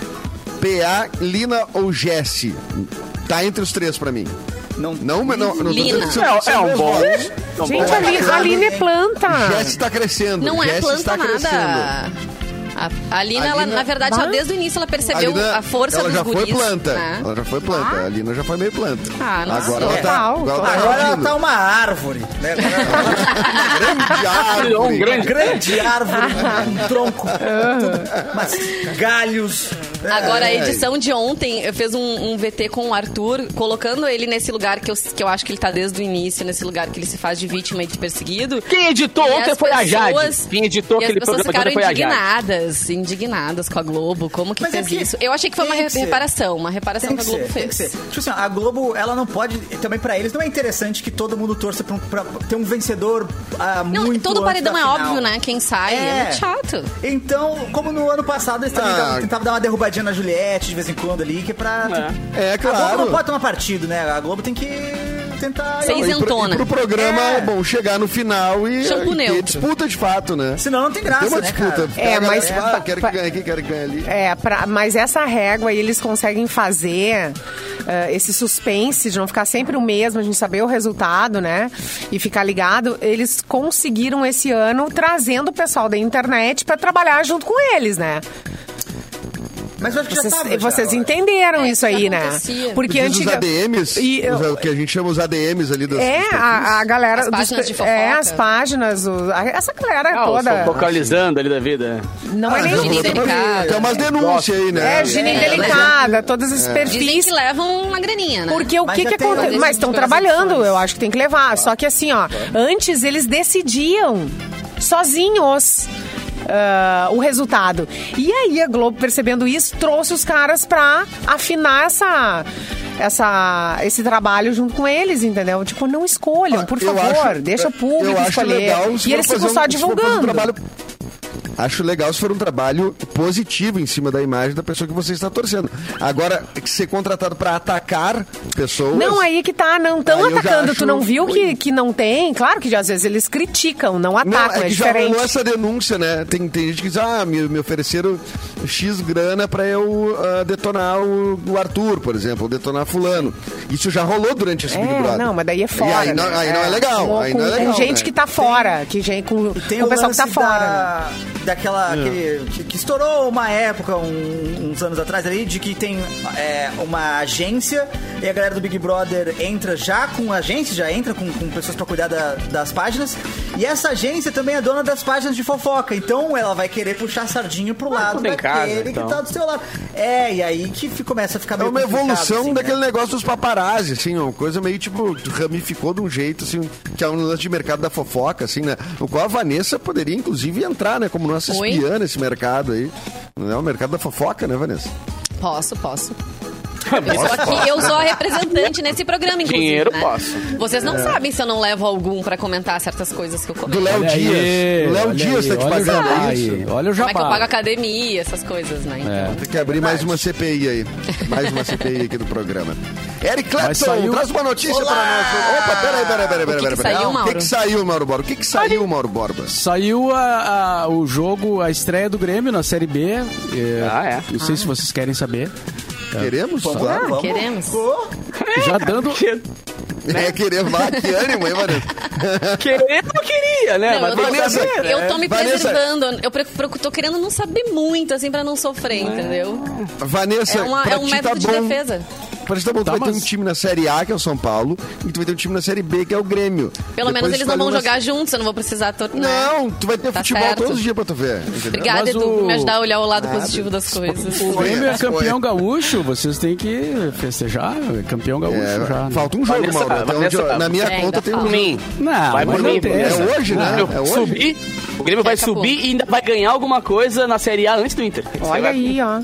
PA, Lina ou Jesse? Tá entre os três pra mim. Não, Não, mas não, não tô Lina. dizendo que são- É, é são um meus bom. votos. Não, Gente, bom. a Aline, a Aline é planta. Jesse tá crescendo. Não é Jesse planta está nada. crescendo. A A, a Lina, A ela, Lina- na verdade, ela, desde o início ela percebeu a, Lina, força ela dos já guris. foi planta. né? Ela já foi planta. A Lina já foi meio planta. Ah, não agora sei. ela tá, Total, agora claro. ela Agora tá ela agindo. tá uma árvore. Né? Agora grande árvore. Criou um ela é uma grande... grande árvore, um tronco, tudo, mas galhos. né? Agora, a edição de ontem, eu fiz um, um VT com o Arthur, colocando ele nesse lugar que eu, que eu acho que ele tá desde o início, nesse lugar que ele se faz de vítima e de perseguido. Quem editou E ontem as foi a Jade. pessoas- Quem editou e aquele as pessoas programa de ontem ficaram foi a Jade. indignadas, indignadas com a Globo. Como que Mas é fez que isso? Eu achei que foi uma tem re- que ser. reparação, uma reparação Tem que que, a Globo ser, tem que fez. ser. Tipo assim, ó, a Globo, ela não pode. Também pra eles, não é interessante que todo mundo torça pra, um- pra ter um vencedor ah, Não, muito. todo antes paredão da é final. óbvio, né? Quem sai é, É. muito chato. Então, como no ano passado eles também Ah. tavam- tentavam dar uma derrubadinha na Juliette de vez em quando ali, que é pra. É, A Globo claro. não pode tomar partido, né? A Globo tem que tentar. Sim. E pro, isentona. e pro programa É. é bom chegar no final e, Shampoo e ter neutro. disputa de fato, né? Senão não tem graça, Tem uma né, disputa. cara? É, mas- mas... Ah, quero que ganhe aqui, quero que ganhe ali. É, pra- mas essa régua aí eles conseguem fazer eh, esse suspense de não ficar sempre o mesmo, a gente saber o resultado, né? E ficar ligado. Eles conseguiram esse ano trazendo o pessoal da internet pra trabalhar junto com eles, né? Mas eu acho que Vocês, já tava, já, vocês olha. entenderam É, isso aí, já né? acontecia. Porque Diz antes os ADMs, E, os- o que a gente chama os ADMs ali das é, dos perfis. a, a galera. As dos- páginas de É, fofoca. as páginas. o- a- essa galera Ah, toda. Localizando ali da vida. Não é nem. Gina Delicada. Tem umas denúncias aí, né? É, Gina É, Indelicada, todos esses é. Dizem perfis. que levam uma graninha, né? Porque o Mas que já que tem- acontece? Mas Mas estão existe trabalhando, organizações. eu acho que tem que levar. Só que assim, ó, antes eles decidiam sozinhos. ah, o resultado. E aí a Globo, percebendo isso, trouxe os caras pra afinar essa, essa, esse trabalho junto com eles, entendeu? Tipo, não escolham, por Ah, Eu favor, acho- deixa o público eu acho escolher. e legal se for eles ficam fazer só um- se for fazer um divulgando. trabalho- Acho legal se for um trabalho positivo em cima da imagem da pessoa que você está torcendo. Agora, ser contratado para atacar pessoas. Não, aí que tá, não estão Aí eu já atacando. Tu acho não viu que, ruim. que não tem? Claro que às vezes eles criticam, não Não, atacam, é, é que já diferente. rolou essa denúncia, né? Tem, tem gente que diz, ah, me, me ofereceram X grana pra eu ah, detonar o, o Arthur, por exemplo, ou detonar fulano. Isso já rolou durante esse Big É, Brother. não, mas daí é fora. E aí não, né? aí não é legal. Com- aí não é com- legal, com gente né? que tá fora, que gente, com, E tem com o pessoal que tá lance fora. né? Da, daquela. É. aquele- que, que estourou uma época, um- uns anos atrás ali, de que tem é, uma agência e a galera do Big Brother entra já com agência, já entra com, com pessoas pra cuidar da- das páginas. E essa agência também é dona das páginas de fofoca. Então ela vai querer puxar sardinho pro Ah, lado é tudo em daquele casa, então. que tá do seu lado. É, e aí que fi- começa a ficar É meio uma complicado, evolução assim, né? daquele negócio dos paparazzi, assim, uma coisa meio tipo, ramificou de um jeito, assim, que é um lance de mercado da fofoca, assim, né? No qual a Vanessa poderia, inclusive, entrar, né? Como nossa Oi? espiã nesse mercado aí. Não é o mercado da fofoca, né, Vanessa? Posso, posso. Eu sou, aqui, eu sou a representante nesse programa, inclusive. Dinheiro né? posso. É. Vocês não sabem se eu não levo algum pra comentar certas coisas que eu Do comento. Léo Olha aí, Dias. É O Léo olha Dias tá aí, te olha o pagando jabá é isso. aí, Olha o Como é que eu pago jabá. academia, essas coisas, né? Então. Tem que abrir mais uma CPI aí. Mais uma CPI aqui do programa. Eric Clapton, Mas saiu- traz uma notícia pra nós. Opa, peraí, peraí, peraí, peraí. que que peraí, peraí. saiu, O que, Mauro? que saiu, Mauro Borba? O que, que saiu, Mauro Borba? Saiu a- a- o jogo, a estreia do Grêmio na Série B. É, Ah, é? Não sei se vocês querem saber. Tá. Queremos? Ah, Claro. vamos. queremos. Oh, Já dando. Né? É, queremos. Ah, que ânimo, hein, Vanessa? Querendo, eu queria, né? Não, mas eu, tô, assim, Vanessa, né? eu tô me Vanessa. preservando. Eu pre- pro- tô querendo não saber muito, assim, pra não sofrer, entendeu? Vanessa, É, uma- pra é um ti método tá de bom. defesa. Pra ti tá bom, tu Tá, vai ter um mas- time na Série A, que é o São Paulo, e tu vai ter um time na Série B, que é o Grêmio. Pelo Depois menos tu eles tá não vão ali na- jogar juntos, eu não vou precisar... To... Não, tu vai ter Tá futebol certo. todos os dias pra tu ver. entendeu? Obrigada, Mas Edu, o- por me ajudar a olhar o lado positivo das coisas. O Grêmio é Foi, campeão foi. gaúcho, vocês têm que festejar, é campeão gaúcho É, já. né? falta um jogo, Vanessa, Mauro. Até Vanessa, onde eu- na minha É, ainda conta tem um falta. Por mim. Não, vai mas por não mim. tem por mim. essa. É hoje, né? O Grêmio É hoje. Subir. O Grêmio vai Daqui a subir e ainda vai ganhar alguma coisa na Série A antes do Inter. Olha vai, aí, ó.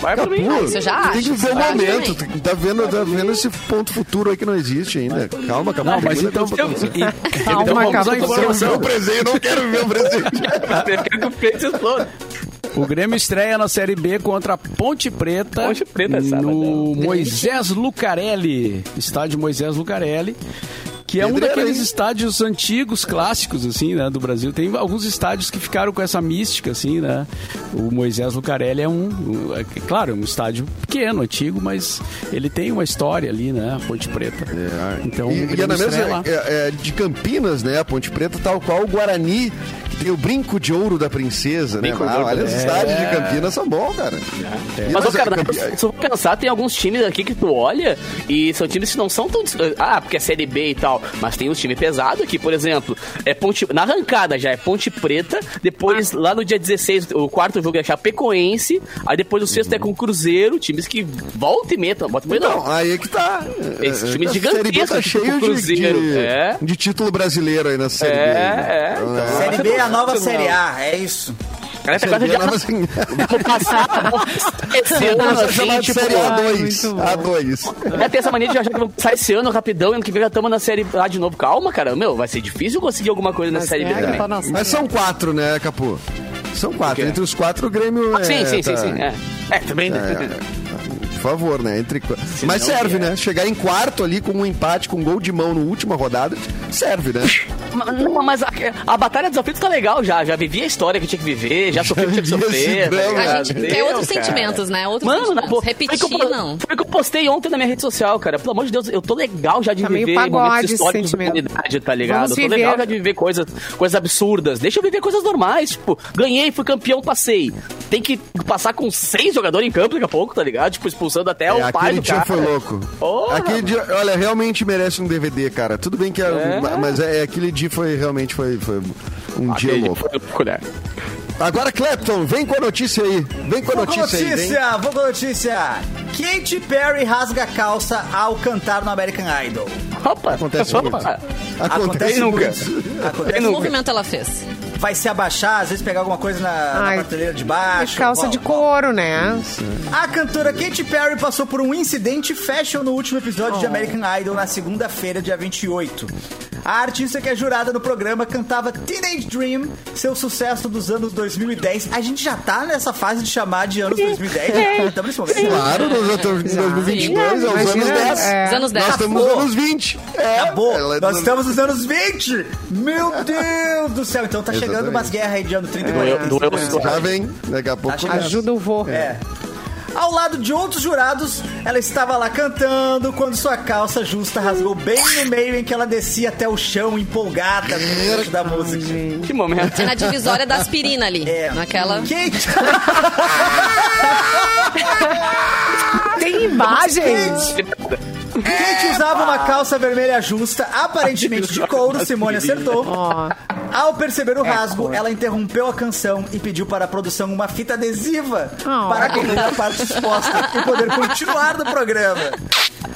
Vai por mim. Ah, Pô, isso eu já tu Tem acho, que isso ver o eu acho momento. Tu Tá vendo, tá vendo esse ponto futuro aí que não existe ainda. Calma, calma. Não, mas Tem então, muita e- coisa pra acontecer. e- Calma, então vamos à calma. Eu informação. o presente, eu não quero viver o presente. Você fica com o peito todo. O Grêmio estreia na Série B contra a Ponte Preta. Ponte Preta, é No sábado. né? Moisés Lucarelli. Estádio Moisés Lucarelli. Que é um Pedreira, daqueles hein? estádios antigos, clássicos, assim, né, do Brasil. Tem alguns estádios que ficaram com essa mística, assim, né? O Moisés Lucarelli é um, um- é claro, é um estádio pequeno, antigo, mas ele tem uma história ali, né, a Ponte Preta. Então, o e, e é Grêmio na estreia mesma lá. é, é, de Campinas, né? A Ponte Preta, tal qual o Guarani, Tem o brinco de ouro da princesa, Brinco né? de Ah, ouro olha, da os princesa. É. estádios de Campinas são bons, cara. E Mas, ô, nós- cara, Campi- se eu pensar, tem alguns times aqui que tu olha e são times que não são tão. dis- Ah, porque é Série B e tal. Mas tem uns times pesados aqui, por exemplo. É Ponte, na arrancada já é Ponte Preta. Depois, lá no dia 16, o quarto jogo é Chapecoense. Aí depois o sexto é com o Cruzeiro. Times que volta e meta. Bota e meia, não. Não, aí é que tá. Esse time A gigantesco, Série B tipo tá cheio de, Cruzeiro, de, é. de título brasileiro aí na Série B. É, é, então. Então, Série Mas B é a você nova não- Série A, é isso. Ela tá Série quase B já. é nova assim. Vou passar. vou- Esse ano, Essa é assim, chamada tipo. ah, Série muito A2. bom. A2. Já tem essa mania de achar que vamos sair esse ano rapidão e ano que vem já estamos na série A de novo. Calma, cara. Meu, vai ser difícil conseguir alguma coisa na Mas série B é, também. tá nossa. Mas são quatro, né, Capu? São quatro. Entre os quatro, o Grêmio. Ah, sim, é, sim, tá- sim, sim. É, é também. Por favor, né? Entre... qua- Mas não, serve, é. né? Chegar em quarto ali com um empate, com um gol de mão no última rodada, serve, né? Ma- não, Mas a, a Batalha dos Aflitos tá legal já. Já vivi a história que tinha que viver, já sofri o que tinha que vivi esse sofrer. tá drama. ligado? A gente Meu quer outros cara. sentimentos, né? Outros Mano, na, sentimentos. pô, Repetir, foi que eu, não. Foi o que eu postei ontem na minha rede social, cara. Pelo amor de Deus, eu tô legal já de Tá meio viver pagode momentos esse históricos da sentimento. humanidade, tá ligado? Vamos eu tô viver. legal já de viver coisas, coisas absurdas. Deixa eu viver coisas normais, tipo, ganhei, fui campeão, passei. Tem que passar com seis jogadores em campo daqui a pouco, tá ligado? Tipo, expulsando até É, o pai aquele do dia cara. foi louco. Porra, aquele dia, olha, realmente merece um DVD, cara. Tudo bem que é, É. mas é, é, aquele dia foi realmente foi, foi um dia Aquele louco. foi louco, né? Agora, Clapton, vem com a notícia aí. Vem com a Vou com a notícia, aí. vem. notícia, vou com a notícia. Katy Perry rasga a calça ao cantar no American Idol. Opa! Acontece muito. Opa! Acontece nunca. muito. Acontece Que muito. movimento ela fez? Vai se abaixar, às vezes pegar alguma coisa na, na Ai, prateleira de E baixo. calça de Bom, couro, né? A cantora Katy Perry passou por um incidente fashion no último episódio Oh. de American Idol na segunda-feira, dia 28. A artista que é jurada no programa cantava Teenage Dream, seu sucesso dos anos 2010. A gente já tá nessa fase de chamar de anos 2010? Estamos né? nesse momento? Claro, nós já estamos em 2022, Sim, é os anos imagina, 10. é. Os anos 10. Nós estamos nos Acabou. anos 20. É, Acabou. ela- Nós estamos nos anos 20. Meu Deus do céu. Então tá chegando Exatamente. umas guerras aí de ano 30 e Doeu, 40. doeu, Já vem, daqui a pouco. Acho que começa. Ajuda o vô. É. Ao lado de outros jurados, ela estava lá cantando quando sua calça justa rasgou bem no meio em que ela descia até o chão empolgada no meio da música. Que momento. É na divisória da aspirina ali. É. Naquela. Kate, Tem imagens? Kate usava uma calça vermelha justa, aparentemente de couro, Simone acertou. Ó, Ao perceber o rasgo, ela interrompeu a canção e pediu para a produção uma fita adesiva Oh. para cobrir a parte exposta e poder continuar no programa.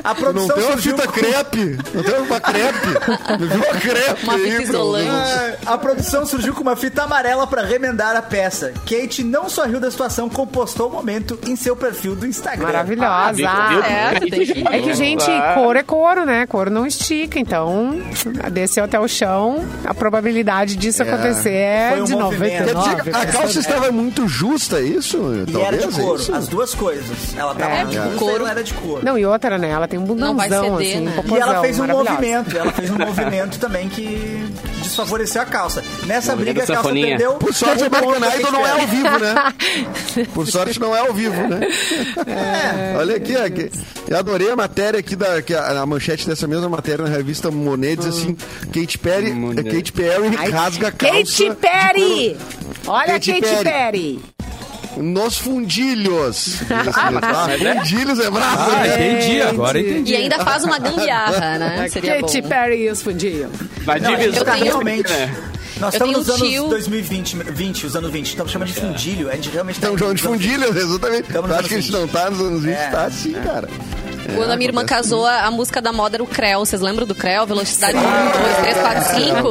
A Não produção tem uma surgiu fita com- crepe. Não tem uma crepe. Não tem uma crepe. Uma fita aí, pro- isolante. Ah, A produção surgiu com uma fita amarela para remendar a peça. Kate não só riu da situação, como postou o momento em seu perfil do Instagram. tá maravilhosa. É, tem que- É que, gente, couro é couro, né? Couro não estica, então desceu até o chão, a probabilidade disso acontecer é Foi um de movimento. Quer dizer, 99. que a calça estava muito justa, é isso? E era Talvez, de é couro, isso? as duas coisas. Ela tava É, de tipo, blusa couro. e ela era de couro. Não, e outra, né? Ela tem um bundãozão, Não vai ceder, assim, né? um E popozão, E é, ela fez um maravilhosa. movimento, ela fez um movimento também que desfavoreceu a calça. Nessa Movimento briga, a calça sanfoninha. perdeu. Por sorte, um ponto pra American Kate Idol não é Perry. ao vivo, né? Por sorte, não é ao vivo, né? Olha aqui, ó, que- eu adorei a matéria aqui, da, que a, a manchete dessa mesma matéria na revista Monet, diz assim, Kate Perry, Monet. Kate Perry rasga a calça Tipo Katy Perry! Olha a Katy Katy Perry. Perry! nos fundilhos. Diz assim, tá? Fundilhos é brabo, Ah, né? entendi, agora entendi. E ainda faz uma gambiarra, né? Seria bom. tipo, é. Katy Perry e os fundinhos. Na é Não, a gente divisão. tá tenho- realmente. né? Nós estamos Eu tenho nos um anos tio- 2020, 20, os anos 20. Estamos chamando de fundilho. A gente realmente tá Estão jogando de nos anos 20. fundilhos, exatamente. Tamo Eu nos acho que a anos gente não tá nos anos 20, É. tá sim, cara. Quando a minha irmã acontece casou, a música da moda era o Creu. Vocês lembram do Creu? Velocidade 1, 2, 3, 4, 5.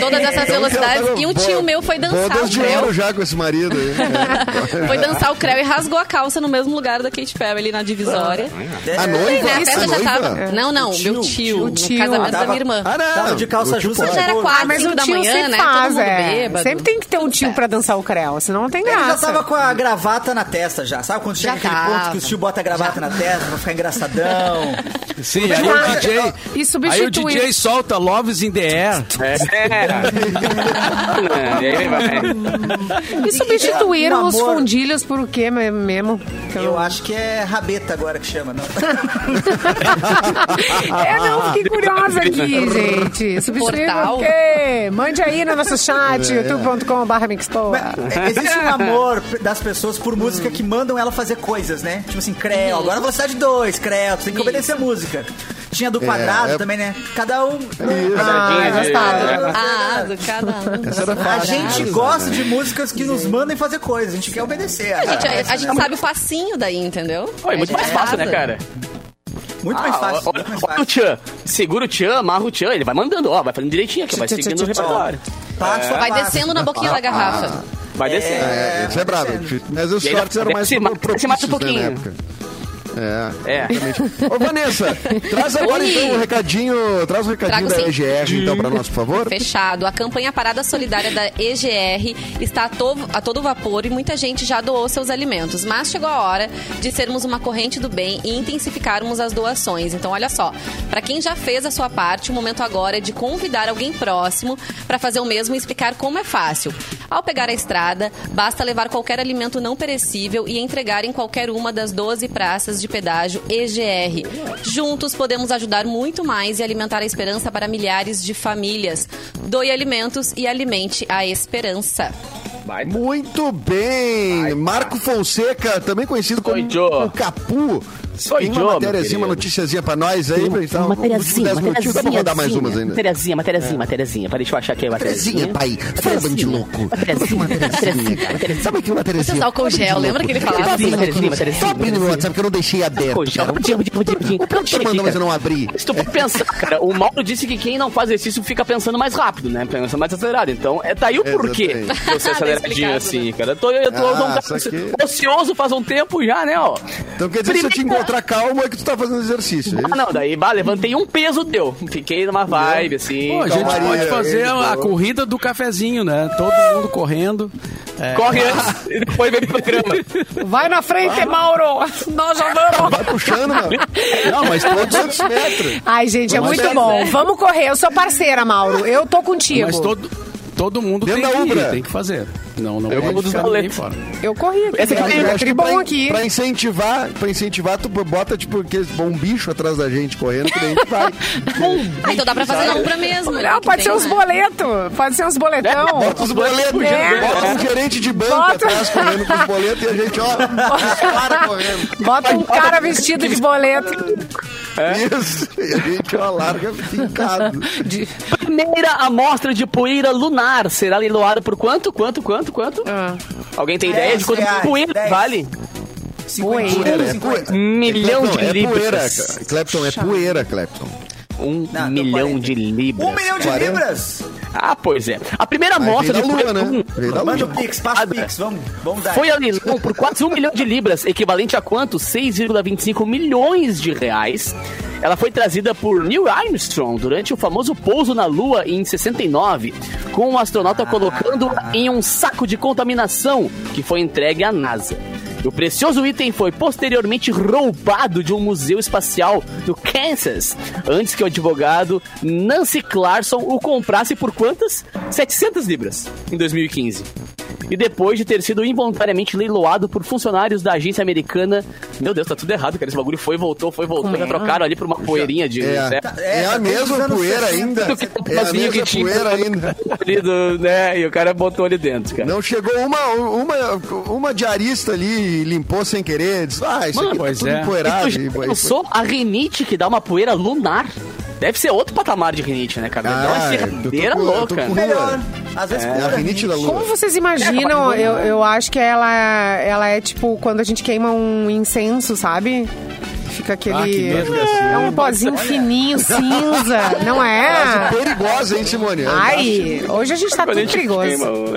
Todas essas então, tá velocidades. E um tio meu foi dançar né? Bodas o de Creu. ouro já com esse marido aí. né? Foi dançar o Creu e rasgou a calça no mesmo lugar da Katy Perry ali na divisória. Ah, assim. A noiva? Né, a a festa já é noiva? tava. Não, não, tio, meu o tio. tio. No casamento da Tava- minha irmã. Ah, não. É, Tava de calça O tio justa, tipo, pode. Já era Pô, quase Mas 5 o da tio manhã, sempre né? Todo faz, mundo é. bêbado. Sempre tem que ter um tio pra dançar o creu, senão não tem Ele já graça. tava com a gravata na testa já. Sabe quando chega Já aquele tava. ponto que o tio bota a gravata na testa pra ficar engraçadão? Sim, aí o DJ. E Aí o substitui. DJ solta Loves in the Air. É. né? É, E aí ele vai. E substituíram Um os amor. fundilhos por o quê me- mesmo? Então, Então. Que eu Eu não- acho que é rabeta agora que chama, não. É, não, fiquei curiosa aqui, gente. Substituíram Portal. o quê? Mande aí no nosso É. chat, youtube.com.br mixpoa. É, Existe um amor das pessoas por música que mandam ela fazer coisas, né? Tipo assim, Creu, agora você é de dois, Creu, tu tem que obedecer a música. Tinha do quadrado é- também, né? Cada um. Ah, né? gostava. É. Ah, do cada um. Essa era A fácil. gente né? gosta de músicas que nos mandem fazer coisas, a gente quer obedecer. A gente, a- a gente sabe o passinho daí, entendeu? Ó, é muito A gente mais fácil, né, sabe. cara? Muito mais Ah, ó, fácil, ó, muito mais Olha o fácil. Tchan. Segura o Tchan, amarra o Tchan, ele vai mandando, ó, vai fazendo direitinho aqui, vai seguindo o repertório. Paga sua Vai parte. descendo na boquinha da garrafa. Vai descendo. É, isso é brabo. Mas os E aí shorts eram mais desce mais- desce mais um propícios, né, na pouquinho. época. É. É. Ô, Vanessa, traz agora Oi. então um recadinho, traz um recadinho Trago da sim. EGR então pra nós, por favor. Fechado. A campanha Parada Solidária da EGR está a, to- a todo vapor e muita gente já doou seus alimentos. Mas chegou a hora de sermos uma corrente do bem e intensificarmos as doações. Então, olha só. Para quem já fez a sua parte, o momento agora é de convidar alguém próximo para fazer o mesmo e explicar como é fácil. Ao pegar a estrada, basta levar qualquer alimento não perecível e entregar em qualquer uma das 12 praças de pedágio EGR. Juntos podemos ajudar muito mais e alimentar a esperança para milhares de famílias. Doe alimentos e alimente a esperança. Muito bem! Marco Fonseca, também conhecido como Sou eu. o Capu. Sou Tem eu, uma meu matériazinha, uma querido. noticiazinha pra nós aí, pra gente dar um último Matériazinha, dez minutinhos. Dá pra matériazinha, mandar mais umas ainda. É. Terezinha, Terezinha, Terezinha, peraí, deixa eu achar aqui a Terezinha, pai. Fala, bando de louco. Terezinha. Sabe aquilo, uma Terezinha? Vocês álcool gel, lembra que ele falava? Tá abrindo Terezinha, aqui, Terezinha, Tá abrindo no Terezinha. WhatsApp que eu não deixei aberto. cara. O produtor mandou, mas eu não É. abri. Se tu for pensar, cara, o Mauro disse que quem não faz exercício fica pensando mais rápido, né? Pensa mais acelerado. Então, é daí o porquê Exatamente. de eu ser Tá aceleradinho explicado, assim, cara. Eu tô, eu tô Ah, eu tô um cara isso aqui- ocioso faz um tempo já, né, ó. Então quer dizer, se eu te Primeira- encontrar calmo, é que tu tá fazendo exercício. é isso? Ah, não, daí, bah, levantei um peso teu. Fiquei numa vibe, assim. Pô, a gente Calma aí, pode aí, fazer aí, a, a boa. corrida do cafezinho, né? Todo mundo correndo. É, Corre antes e depois vem pro programa. Vai na frente, Mauro! Nós já vamos! Vai puxando, mano. Não, mas todos, 200 metros. Ai, gente, é Mas muito é, bom. né? Vamos correr, eu sou parceira, Mauro. Eu tô contigo. mas todo, todo mundo Dentro tem da que, Ubra. ir, tem que fazer. Não, não Eu pode como dos ficar boletos. ninguém fora. Eu corri aqui. Essa aqui né? tem- Tá acho que bom pra, aqui. pra incentivar, pra incentivar, tu bota tipo aqueles- um bicho atrás da gente correndo, que daí a gente vai. Ah, então dá pra fazer na Umbra mesmo. né? Não, Que pode tem, ser uns né? boletos. Pode ser uns boletão. Bota os boletos, É. bota um gerente de banco Bota- atrás correndo com os boletos e a gente, ó, para correndo. Bota um cara vestido de boleto. Isso, e a gente, ó, larga fincado. Primeira amostra de poeira lunar será leiloada por quanto, quanto, quanto, quanto? Alguém tem ideia de quanto reais, poeira Ah. dez. vale? 50, Poeira, é 50. poeira. Milhão Clepton, de é libras. Poeira, cara. Clepton, é poeira, Clepton. Um Não, milhão então de libras. Um milhão de Quarenta. libras! Ah, pois é. A primeira Aí amostra de veio da poeira lua, né? lunar Veio da Manda lua. o Pix, passa o Pix, vamos, vamos dar. foi a leilão por quase um milhão de libras, equivalente a quanto? 6,25 milhões de reais. Ela foi trazida por Neil Armstrong durante o famoso pouso na Lua em 69, com o astronauta colocando em um saco de contaminação que foi entregue à NASA. O precioso item foi posteriormente roubado de um museu espacial do Kansas, antes que o advogado Nancy Clarkson o comprasse por quantas? 700 libras, em 2015 e depois de ter sido involuntariamente leiloado por funcionários da agência americana. Meu Deus, tá tudo errado, cara. Esse bagulho foi, voltou, foi, voltou. Já trocaram ali por uma poeirinha de. É, né? é a Tá, mesma é, tá poeira desde os ainda. anos É a mesma poeira ainda. Ali do- né? E o cara botou ali dentro, cara. Não chegou uma, uma, uma diarista ali e limpou sem querer. Disse, ah, isso Mano, aqui tá pois tudo é. empoeirado. E tu E já foi- pensou a rinite que dá uma poeira lunar? Deve ser outro patamar de rinite, né, cara? Dá uma Ah, eu tô serradeira com- eu tô louca. com Melhor. Às vezes É a cura. rinite da Como lua. vocês imaginam? Eu, eu acho que ela, ela é tipo quando a gente queima um incenso, sabe? Fica aquele. Ah, que medo, é um pozinho fininho, cinza, não é? Perigosa, hein, Simone? Ai, hoje a gente tá tudo É, perigoso. É, Quando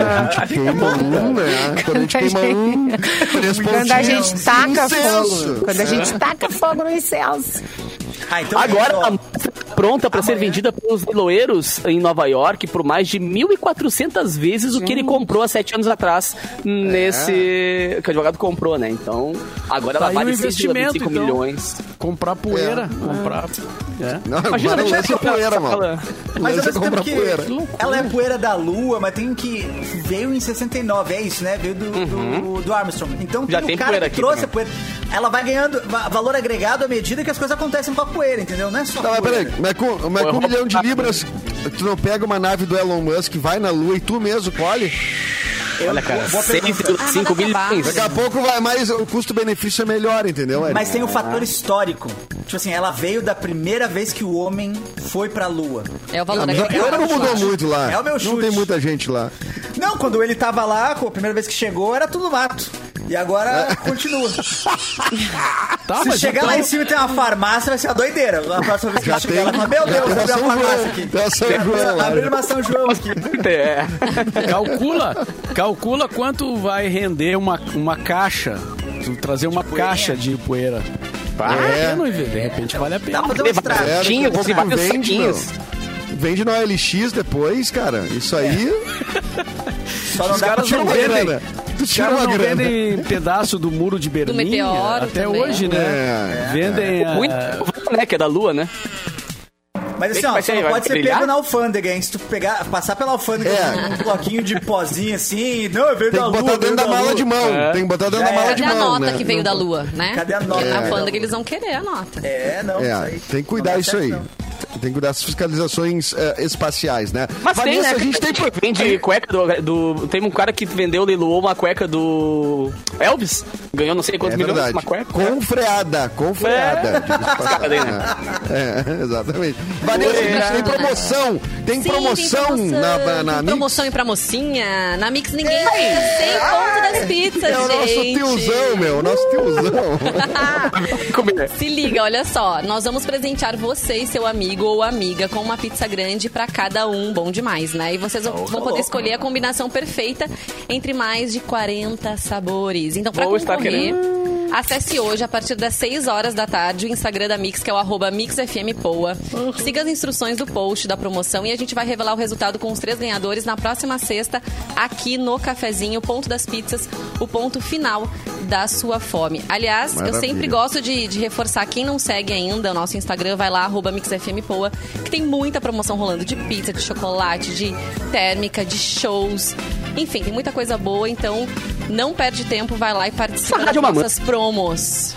a gente queima um, né? Quando a gente queima um, três Quando a gente pontinhos, taca incenso. É. fogo. Quando a gente taca fogo no incenso. Ah, então Agora, tá ó, a pronta para ser vendida pelos leiloeiros em Nova York por mais de 1.400 vezes o que ele comprou há sete anos atrás nesse... que o advogado comprou, né? Então, agora Tá ela aí vale o investimento, 6,25 então. milhões. Comprar poeira. Comprar. Ah. É. Não, Imagina, agora deixa lança eu- poeira, mano. fala. Mas ao Lança mesmo tempo compra que poeira. ela é poeira da lua, mas tem que. Veio em 69, é isso, né? Veio do, do- do Armstrong. Então Já tem tem o cara poeira que aqui trouxe a também. poeira. Ela vai ganhando va- valor agregado à medida que as coisas acontecem com a poeira, entendeu? Não é só. Tá, mas poeira. peraí, mas Foi com, mas com um roubado. milhão de libras, tu não pega uma nave do Elon Musk, vai na lua e tu mesmo colhe? Eu- Olha, cara, boa- boa pergunta. 6,5 Ah, mas milhões. Daqui a pouco vai mais, o custo-benefício é melhor, entendeu? Eric? Mas tem o fator histórico. Tipo assim, ela veio da primeira vez que o homem foi pra lua. É o valor Mas a agregado. poeira não mudou muito lá. É o meu Não chute. tem muita gente lá. Não, quando ele tava lá, com a primeira vez que chegou, era tudo mato. E agora continua. Ah, Tá, Se mas chegar então- lá em cima e tem uma farmácia, vai ser uma doideira. A próxima vez que Já eu tem- chegar lá, fala, meu já Deus, tem vou abrir São uma farmácia João, aqui. tem a São João né? lá. Abriu uma São João aqui. É. Calcula, calcula quanto vai render uma, uma caixa. Tu trazer uma caixa de poeira. Ah, Vale a É. pena, Ivê? De repente vale a Dá pena. pra fazer um Levar estrago. É, daqui a Tinha, pouco se vários vende, meu. saquinhos. Vende na OLX depois, cara. Isso aí, Só não Os dá pra caras tira não uma jogar. vendem. grana. Tu Os tira caras uma não grana. vendem pedaço do muro de Berlim. meteoro até também. hoje, né? É. Vendem. a- Muito, né? Que é da lua, né? Mas assim, Tem que ó, vai só ter- não vai pode ser brilhar? pego na alfândega, hein? Se tu pegar, passar pela alfândega É. com um bloquinho de pozinho assim, não, veio tem da lua. que botar dentro né, veio da mala lua. de mão. É. Tem que botar dentro Já da mala era. de Cadê a mão, nota né? que veio Não- É, da lua, né? Cadê a nota? Porque É. Na alfândega eles vão querer a nota. É, não, isso É, aí. tem que cuidar Não dá isso certo, aí. não. Tem que cuidar das fiscalizações eh, espaciais, né? Mas tem, né? a gente tem... que Vende cueca do, do- Tem um cara que vendeu, leiloou uma cueca do Elvis. Ganhou não sei quantos É milhões verdade. uma cueca. Com freada, com É. freada. Diga-se pra Cadê, né? cá. É, exatamente. Vanessa, a gente tem promoção. Tem Sim, promoção, tem promoção. na, na, na Tem promoção e pra mocinha. Na Mix ninguém tem conta das pizzas, É o nosso gente. Uh! tiozão, meu. Nosso tiozão. Comer. Se liga, olha só. Nós vamos presentear você e seu amigo ou amiga com uma pizza grande pra cada um. Bom demais, né? E vocês vão, vão poder escolher a combinação perfeita entre mais de 40 sabores. Então, pra Vou estar concorrer... Acesse hoje, a partir das 6 horas da tarde, o Instagram da Mix, que é o arroba MixFMPoa. Siga as instruções do post da promoção e a gente vai revelar o resultado com os três ganhadores na próxima sexta, aqui no Cafezinho, ponto das pizzas, o ponto final da sua fome. Aliás, eu Maravilha. sempre gosto gosto de, de reforçar, quem não segue ainda o nosso Instagram, vai lá, arroba MixFMPoa, que tem muita promoção rolando de pizza, de chocolate, de térmica, de shows. Enfim, tem muita coisa boa, então não perde tempo, vai lá e participa Tá Essa rádio das é uma nossas Tá, promos.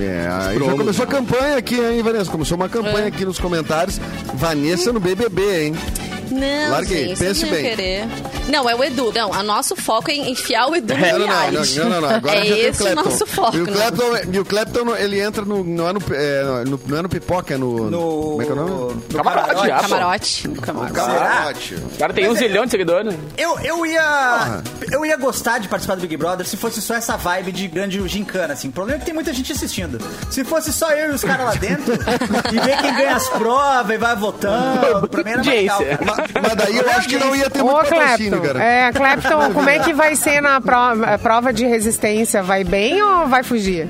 É, aí já começou a campanha aqui, hein, Vanessa? Começou uma É. campanha aqui nos comentários. Vanessa no BBB, hein? Não, Larga aí, gente, pense vocês não iam bem. querer. Não, é o Edu. Não, o nosso foco é em enfiar o Edu no Não, não, não, reality. não, não, não. Agora é já tem o esse o Clapton. nosso foco. E o né? Clapton, é, e o Clapton, não- ele entra no. Não é no, é, no- não é no pipoca, é no. No... Como é que é o nome? no Camarote, Tá já, pô. Camarote. Camarote. O cara tem um zilhão de seguidores. né? Eu, eu ia. Eu ia gostar de participar do Big Brother se fosse só essa vibe de grande gincana, assim. O problema é que tem muita gente assistindo. Se fosse só eu e os caras lá dentro, e ver quem ganha as provas e vai votando, pra mim era mais Audiência. legal. Mas, mas daí eu acho que não ia ter muito Ô, patrocínio, Clepton, cara. é, Clepton, como é que vai ser na prova, a prova de resistência? Vai bem ou vai fugir?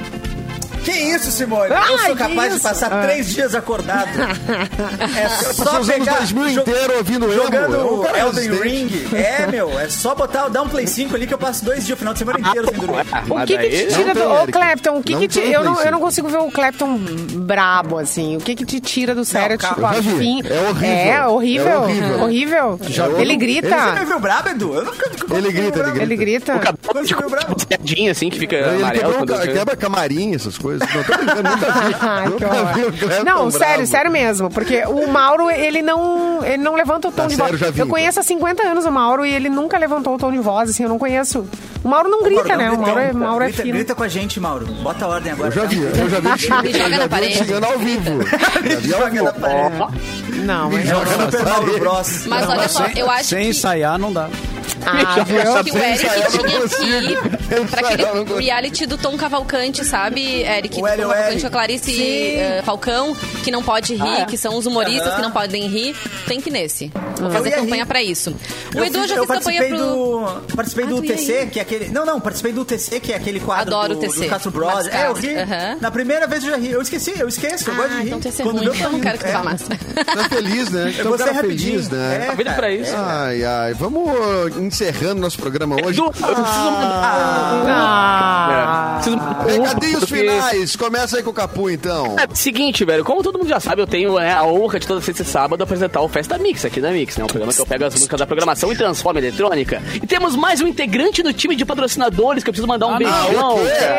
Que isso, Simone? Ah, eu sou que capaz de isso? passar Ah. três dias acordado. É Passou só os anos pegar. 2000 jo- inteiro ouvindo emo. É um Jogando cara Elden resistente. Ring. É, meu, é só botar, dar um Play 5 ali que eu passo dois dias, o final de semana inteiro sem dormir. O Mas que, que daí- te tira Não do. tem, Ô, Eric. Clapton, o que, Não que te. tem Eu não, princípio. eu não consigo ver o Clapton brabo, assim. O que, que te tira do sério? calma. tipo, Eu já vi. afim. É horrível. É horrível. É horrível. horrível. Já vi. Ele Você me grita. viu brabo, Edu? Eu nunca Ele grita, ele grita. Ele grita. O cabelo Quando de você viu brabo? piadinha, assim, que fica Ele amarelo. quebrou um quando ca- eu- quebra camarim, essas coisas. Não, tô brincando, nunca vi. Ah, que nunca vi o horror. Clepton Não, sério, bravo. sério mesmo. Porque o Mauro, ele não, ele não levanta o tom Tá de sério, voz. já vi, eu então. conheço há 50 anos o Mauro e ele nunca levantou o tom de voz, assim, eu não conheço. O Mauro não grita, Mauro, né? dá um O Mauro é, gritão. Mauro é grita, fino. grita com a gente, Mauro. Bota a ordem agora. tá? Eu já vi, eu já vi. Me joga na parede. Chegando ao vivo. Já vi ao Joga na vivo. parede. Não, é Me mas... joga na Super Mauro parede. Bros. Mas olha só, sem, eu acho sem que... ensaiar não dá. Ah, viu? Essa que o pensa, Eric eu não tinha que consigo. ir pra Essa eu não aquele consigo. reality do Tom Cavalcante, sabe, Eric? O Do Hélio Tom Cavalcante Hélio. com a Clarice Sim. Ah, é? eh, Falcão, que não pode rir, que são os humoristas Aham. que não podem rir. Tem que ir nesse. Vou Eu fazer ia campanha rir. pra isso. O Eu Edu fiz- já eu fez campanha participei pro... do participei Ah, do tu ia TC, ir. que é aquele Não, não, participei do TC, que é aquele quadro Adoro do, o TC. do Castro Bros. Marcos É, eu Castro, ri. aham. Na primeira vez eu já ri. Eu esqueci, eu esqueço, eu gosto de Ah, rir. então tem que ser Quando ruim. meu tá Eu não rindo. quero que tu É. vá mais. Tá feliz, né? Eu Então, vou cara ser rapidinho. feliz, né? Tá vindo cara, pra isso. Ai, ai. Vamos encerrando nosso programa É, hoje. Edu, eu preciso mandar. Ah. É, preciso mandar- Recadinhos Porque- finais. Começa aí com o Capu, então. É, seguinte, velho, como todo mundo já sabe, eu tenho né, a honra de toda sexta e sábado apresentar o Festa Mix aqui da Mix, né? Um programa que eu pego as músicas da programação e transformo em eletrônica. E temos mais um integrante do time de patrocinadores que eu preciso mandar um Ah, não, beijão. o quê? cara.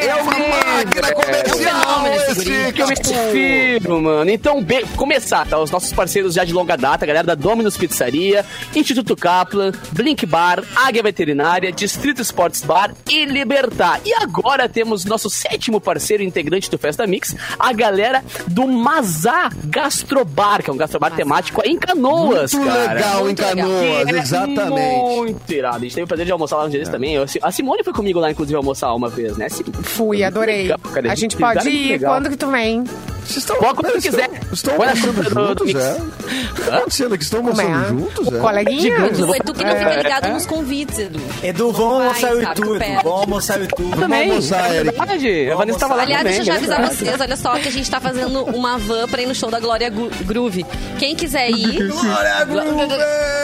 É uma máquina comercial esse, É, que eu me Capu. prefiro, mano. Então, be- começar, tá? Os nossos parceiros já de longa data, a galera da Dominus Pizzaria, Instituto Kaplan, Blink Bar, Águia Veterinária, Distrito Sports Bar e Libertar. E agora temos nosso sétimo parceiro integrante do Festa Mix, a galera do Mazá Gastrobar, que é um gastrobar temático em Canoas, Muito cara. Um legal em muito legal. Canoas, Que é exatamente. É. Muito irado. A gente teve o prazer de almoçar lá no direito também. Eu- A Simone foi comigo lá, inclusive, almoçar uma vez, né? Sim. Fui, adorei. Legal, cara, A gente lugar pode é muito ir legal. quando que tu vem. Vocês estão Bom, quando vocês quiser. Estão, estão Olha, almoçando do- do juntos, mix. é? O que tá acontecendo? Que estão Como almoçando é? juntos, é? O coleguinha? Edu, Edu que não fica ligado nos convites, Edu. Edu, vamos Vai, almoçar o saco, Edu, pera. Edu. Vamos almoçar o Edu. também. almoçar, é Eric. verdade. A Vamos Vanessa tava almoçar. lá Aliás, também. deixa eu já é avisar verdade. vocês, olha só, que a gente tá fazendo uma van pra ir no show da Glória Gru- Groove. Quem quiser ir... Glória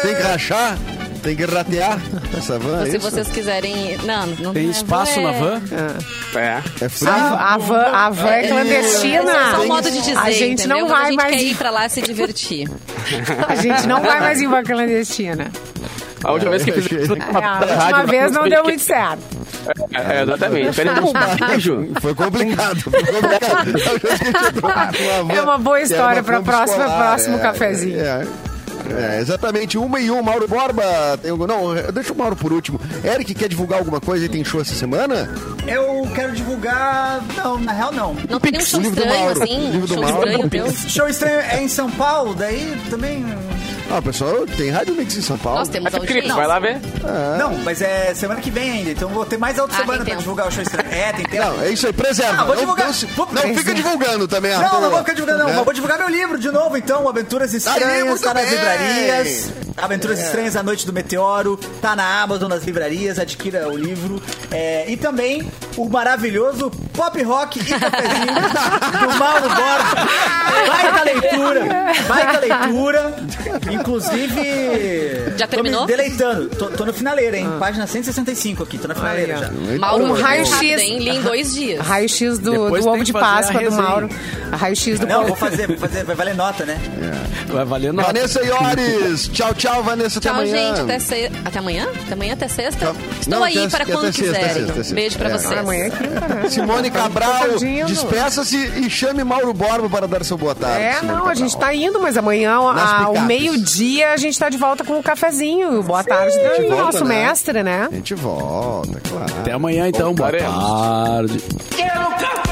Tem que rachar? Tem que ratear? Essa van é Se isso? vocês quiserem... ir- Não, não Tem não é espaço na é- van? É. É frio? A, a van, a van é Esse é clandestina. só um modo de dizer, A gente entendeu? não Quando a vai gente mais. quer ir pra lá se divertir. A gente não vai mais em van clandestina. A última vez que eu fiz achei. isso É, a última vez não deu muito certo. É, exatamente. Perdemos Ah, um beijo. Foi complicado, foi complicado. Eu já tinha entrado numa van, É uma boa que era história pra Kombi próxima- escolar, próximo cafezinho. É, é, exatamente. Uma e um, Mauro Borba. Tem algum- não, deixa o Mauro por último. Eric, quer divulgar alguma coisa e tem show essa semana? Eu quero divulgar. Não, na real não. Não tem um Pix, show livro do estranho, Mauro. assim? Um Livro do show Mauro. estranho, meu? Show estranho é em São Paulo, daí também. Ah, pessoal, tem Rádio Mix em São Paulo. Nós É temos audiência. Vai lá ver. Não, mas é semana que vem ainda, então vou ter mais outra Ah, semana tem pra tempo. divulgar o show estranho. É, tem tempo. Não, é isso aí, preserva. Ah, vou Não- divulgar. Não, se- Vou- não fica divulgando também, Não, à não toa. vou ficar divulgando, não. É. Mas Vou divulgar meu livro de novo, então. Aventuras Estranhas, muito tá É. nas bem. livrarias. Aventuras Estranhas, A Noite do Meteoro. Tá na Amazon, nas livrarias. Adquira o livro. É, e também o maravilhoso Pop Rock e Cafezinho do Mauro Borges. Vai da leitura. Vai da leitura. Inclusive... Já terminou? Tô me deleitando. Tô, tô no finaleiro, hein? Página 165 aqui. Tô na finaleira Aí, ó. já. Mauro, Um raio-x. rápido, hein? Li em dois dias. Raio-X do, do Depois tem ovo que de fazer a Páscoa do resenha. Mauro. Raio-X do Não, pão- vou fazer, vou fazer. Vai valer nota, né? Vai valendo a Vanessa Iores. Tchau, tchau, Vanessa. até Tchau, amanhã. gente. Até, se... até amanhã? Até amanhã, até sexta? Tchau. Estou Não, aí até- para até quando sexta, até quiserem. sexta, até sexta. Beijo pra É. vocês. Amanhã é quinta, né? Simone Cabral, Tá indo. despeça-se e chame Mauro Borba para dar seu boa tarde. É, Simone não, a Cabral. gente tá indo, mas amanhã, Nas a- ao picapes. meio-dia, a gente tá de volta com o cafezinho. Boa tarde a gente do volta, nosso né? mestre, né? A gente volta, claro. Até amanhã, então. Boa Voltaremos. tarde. Quero café!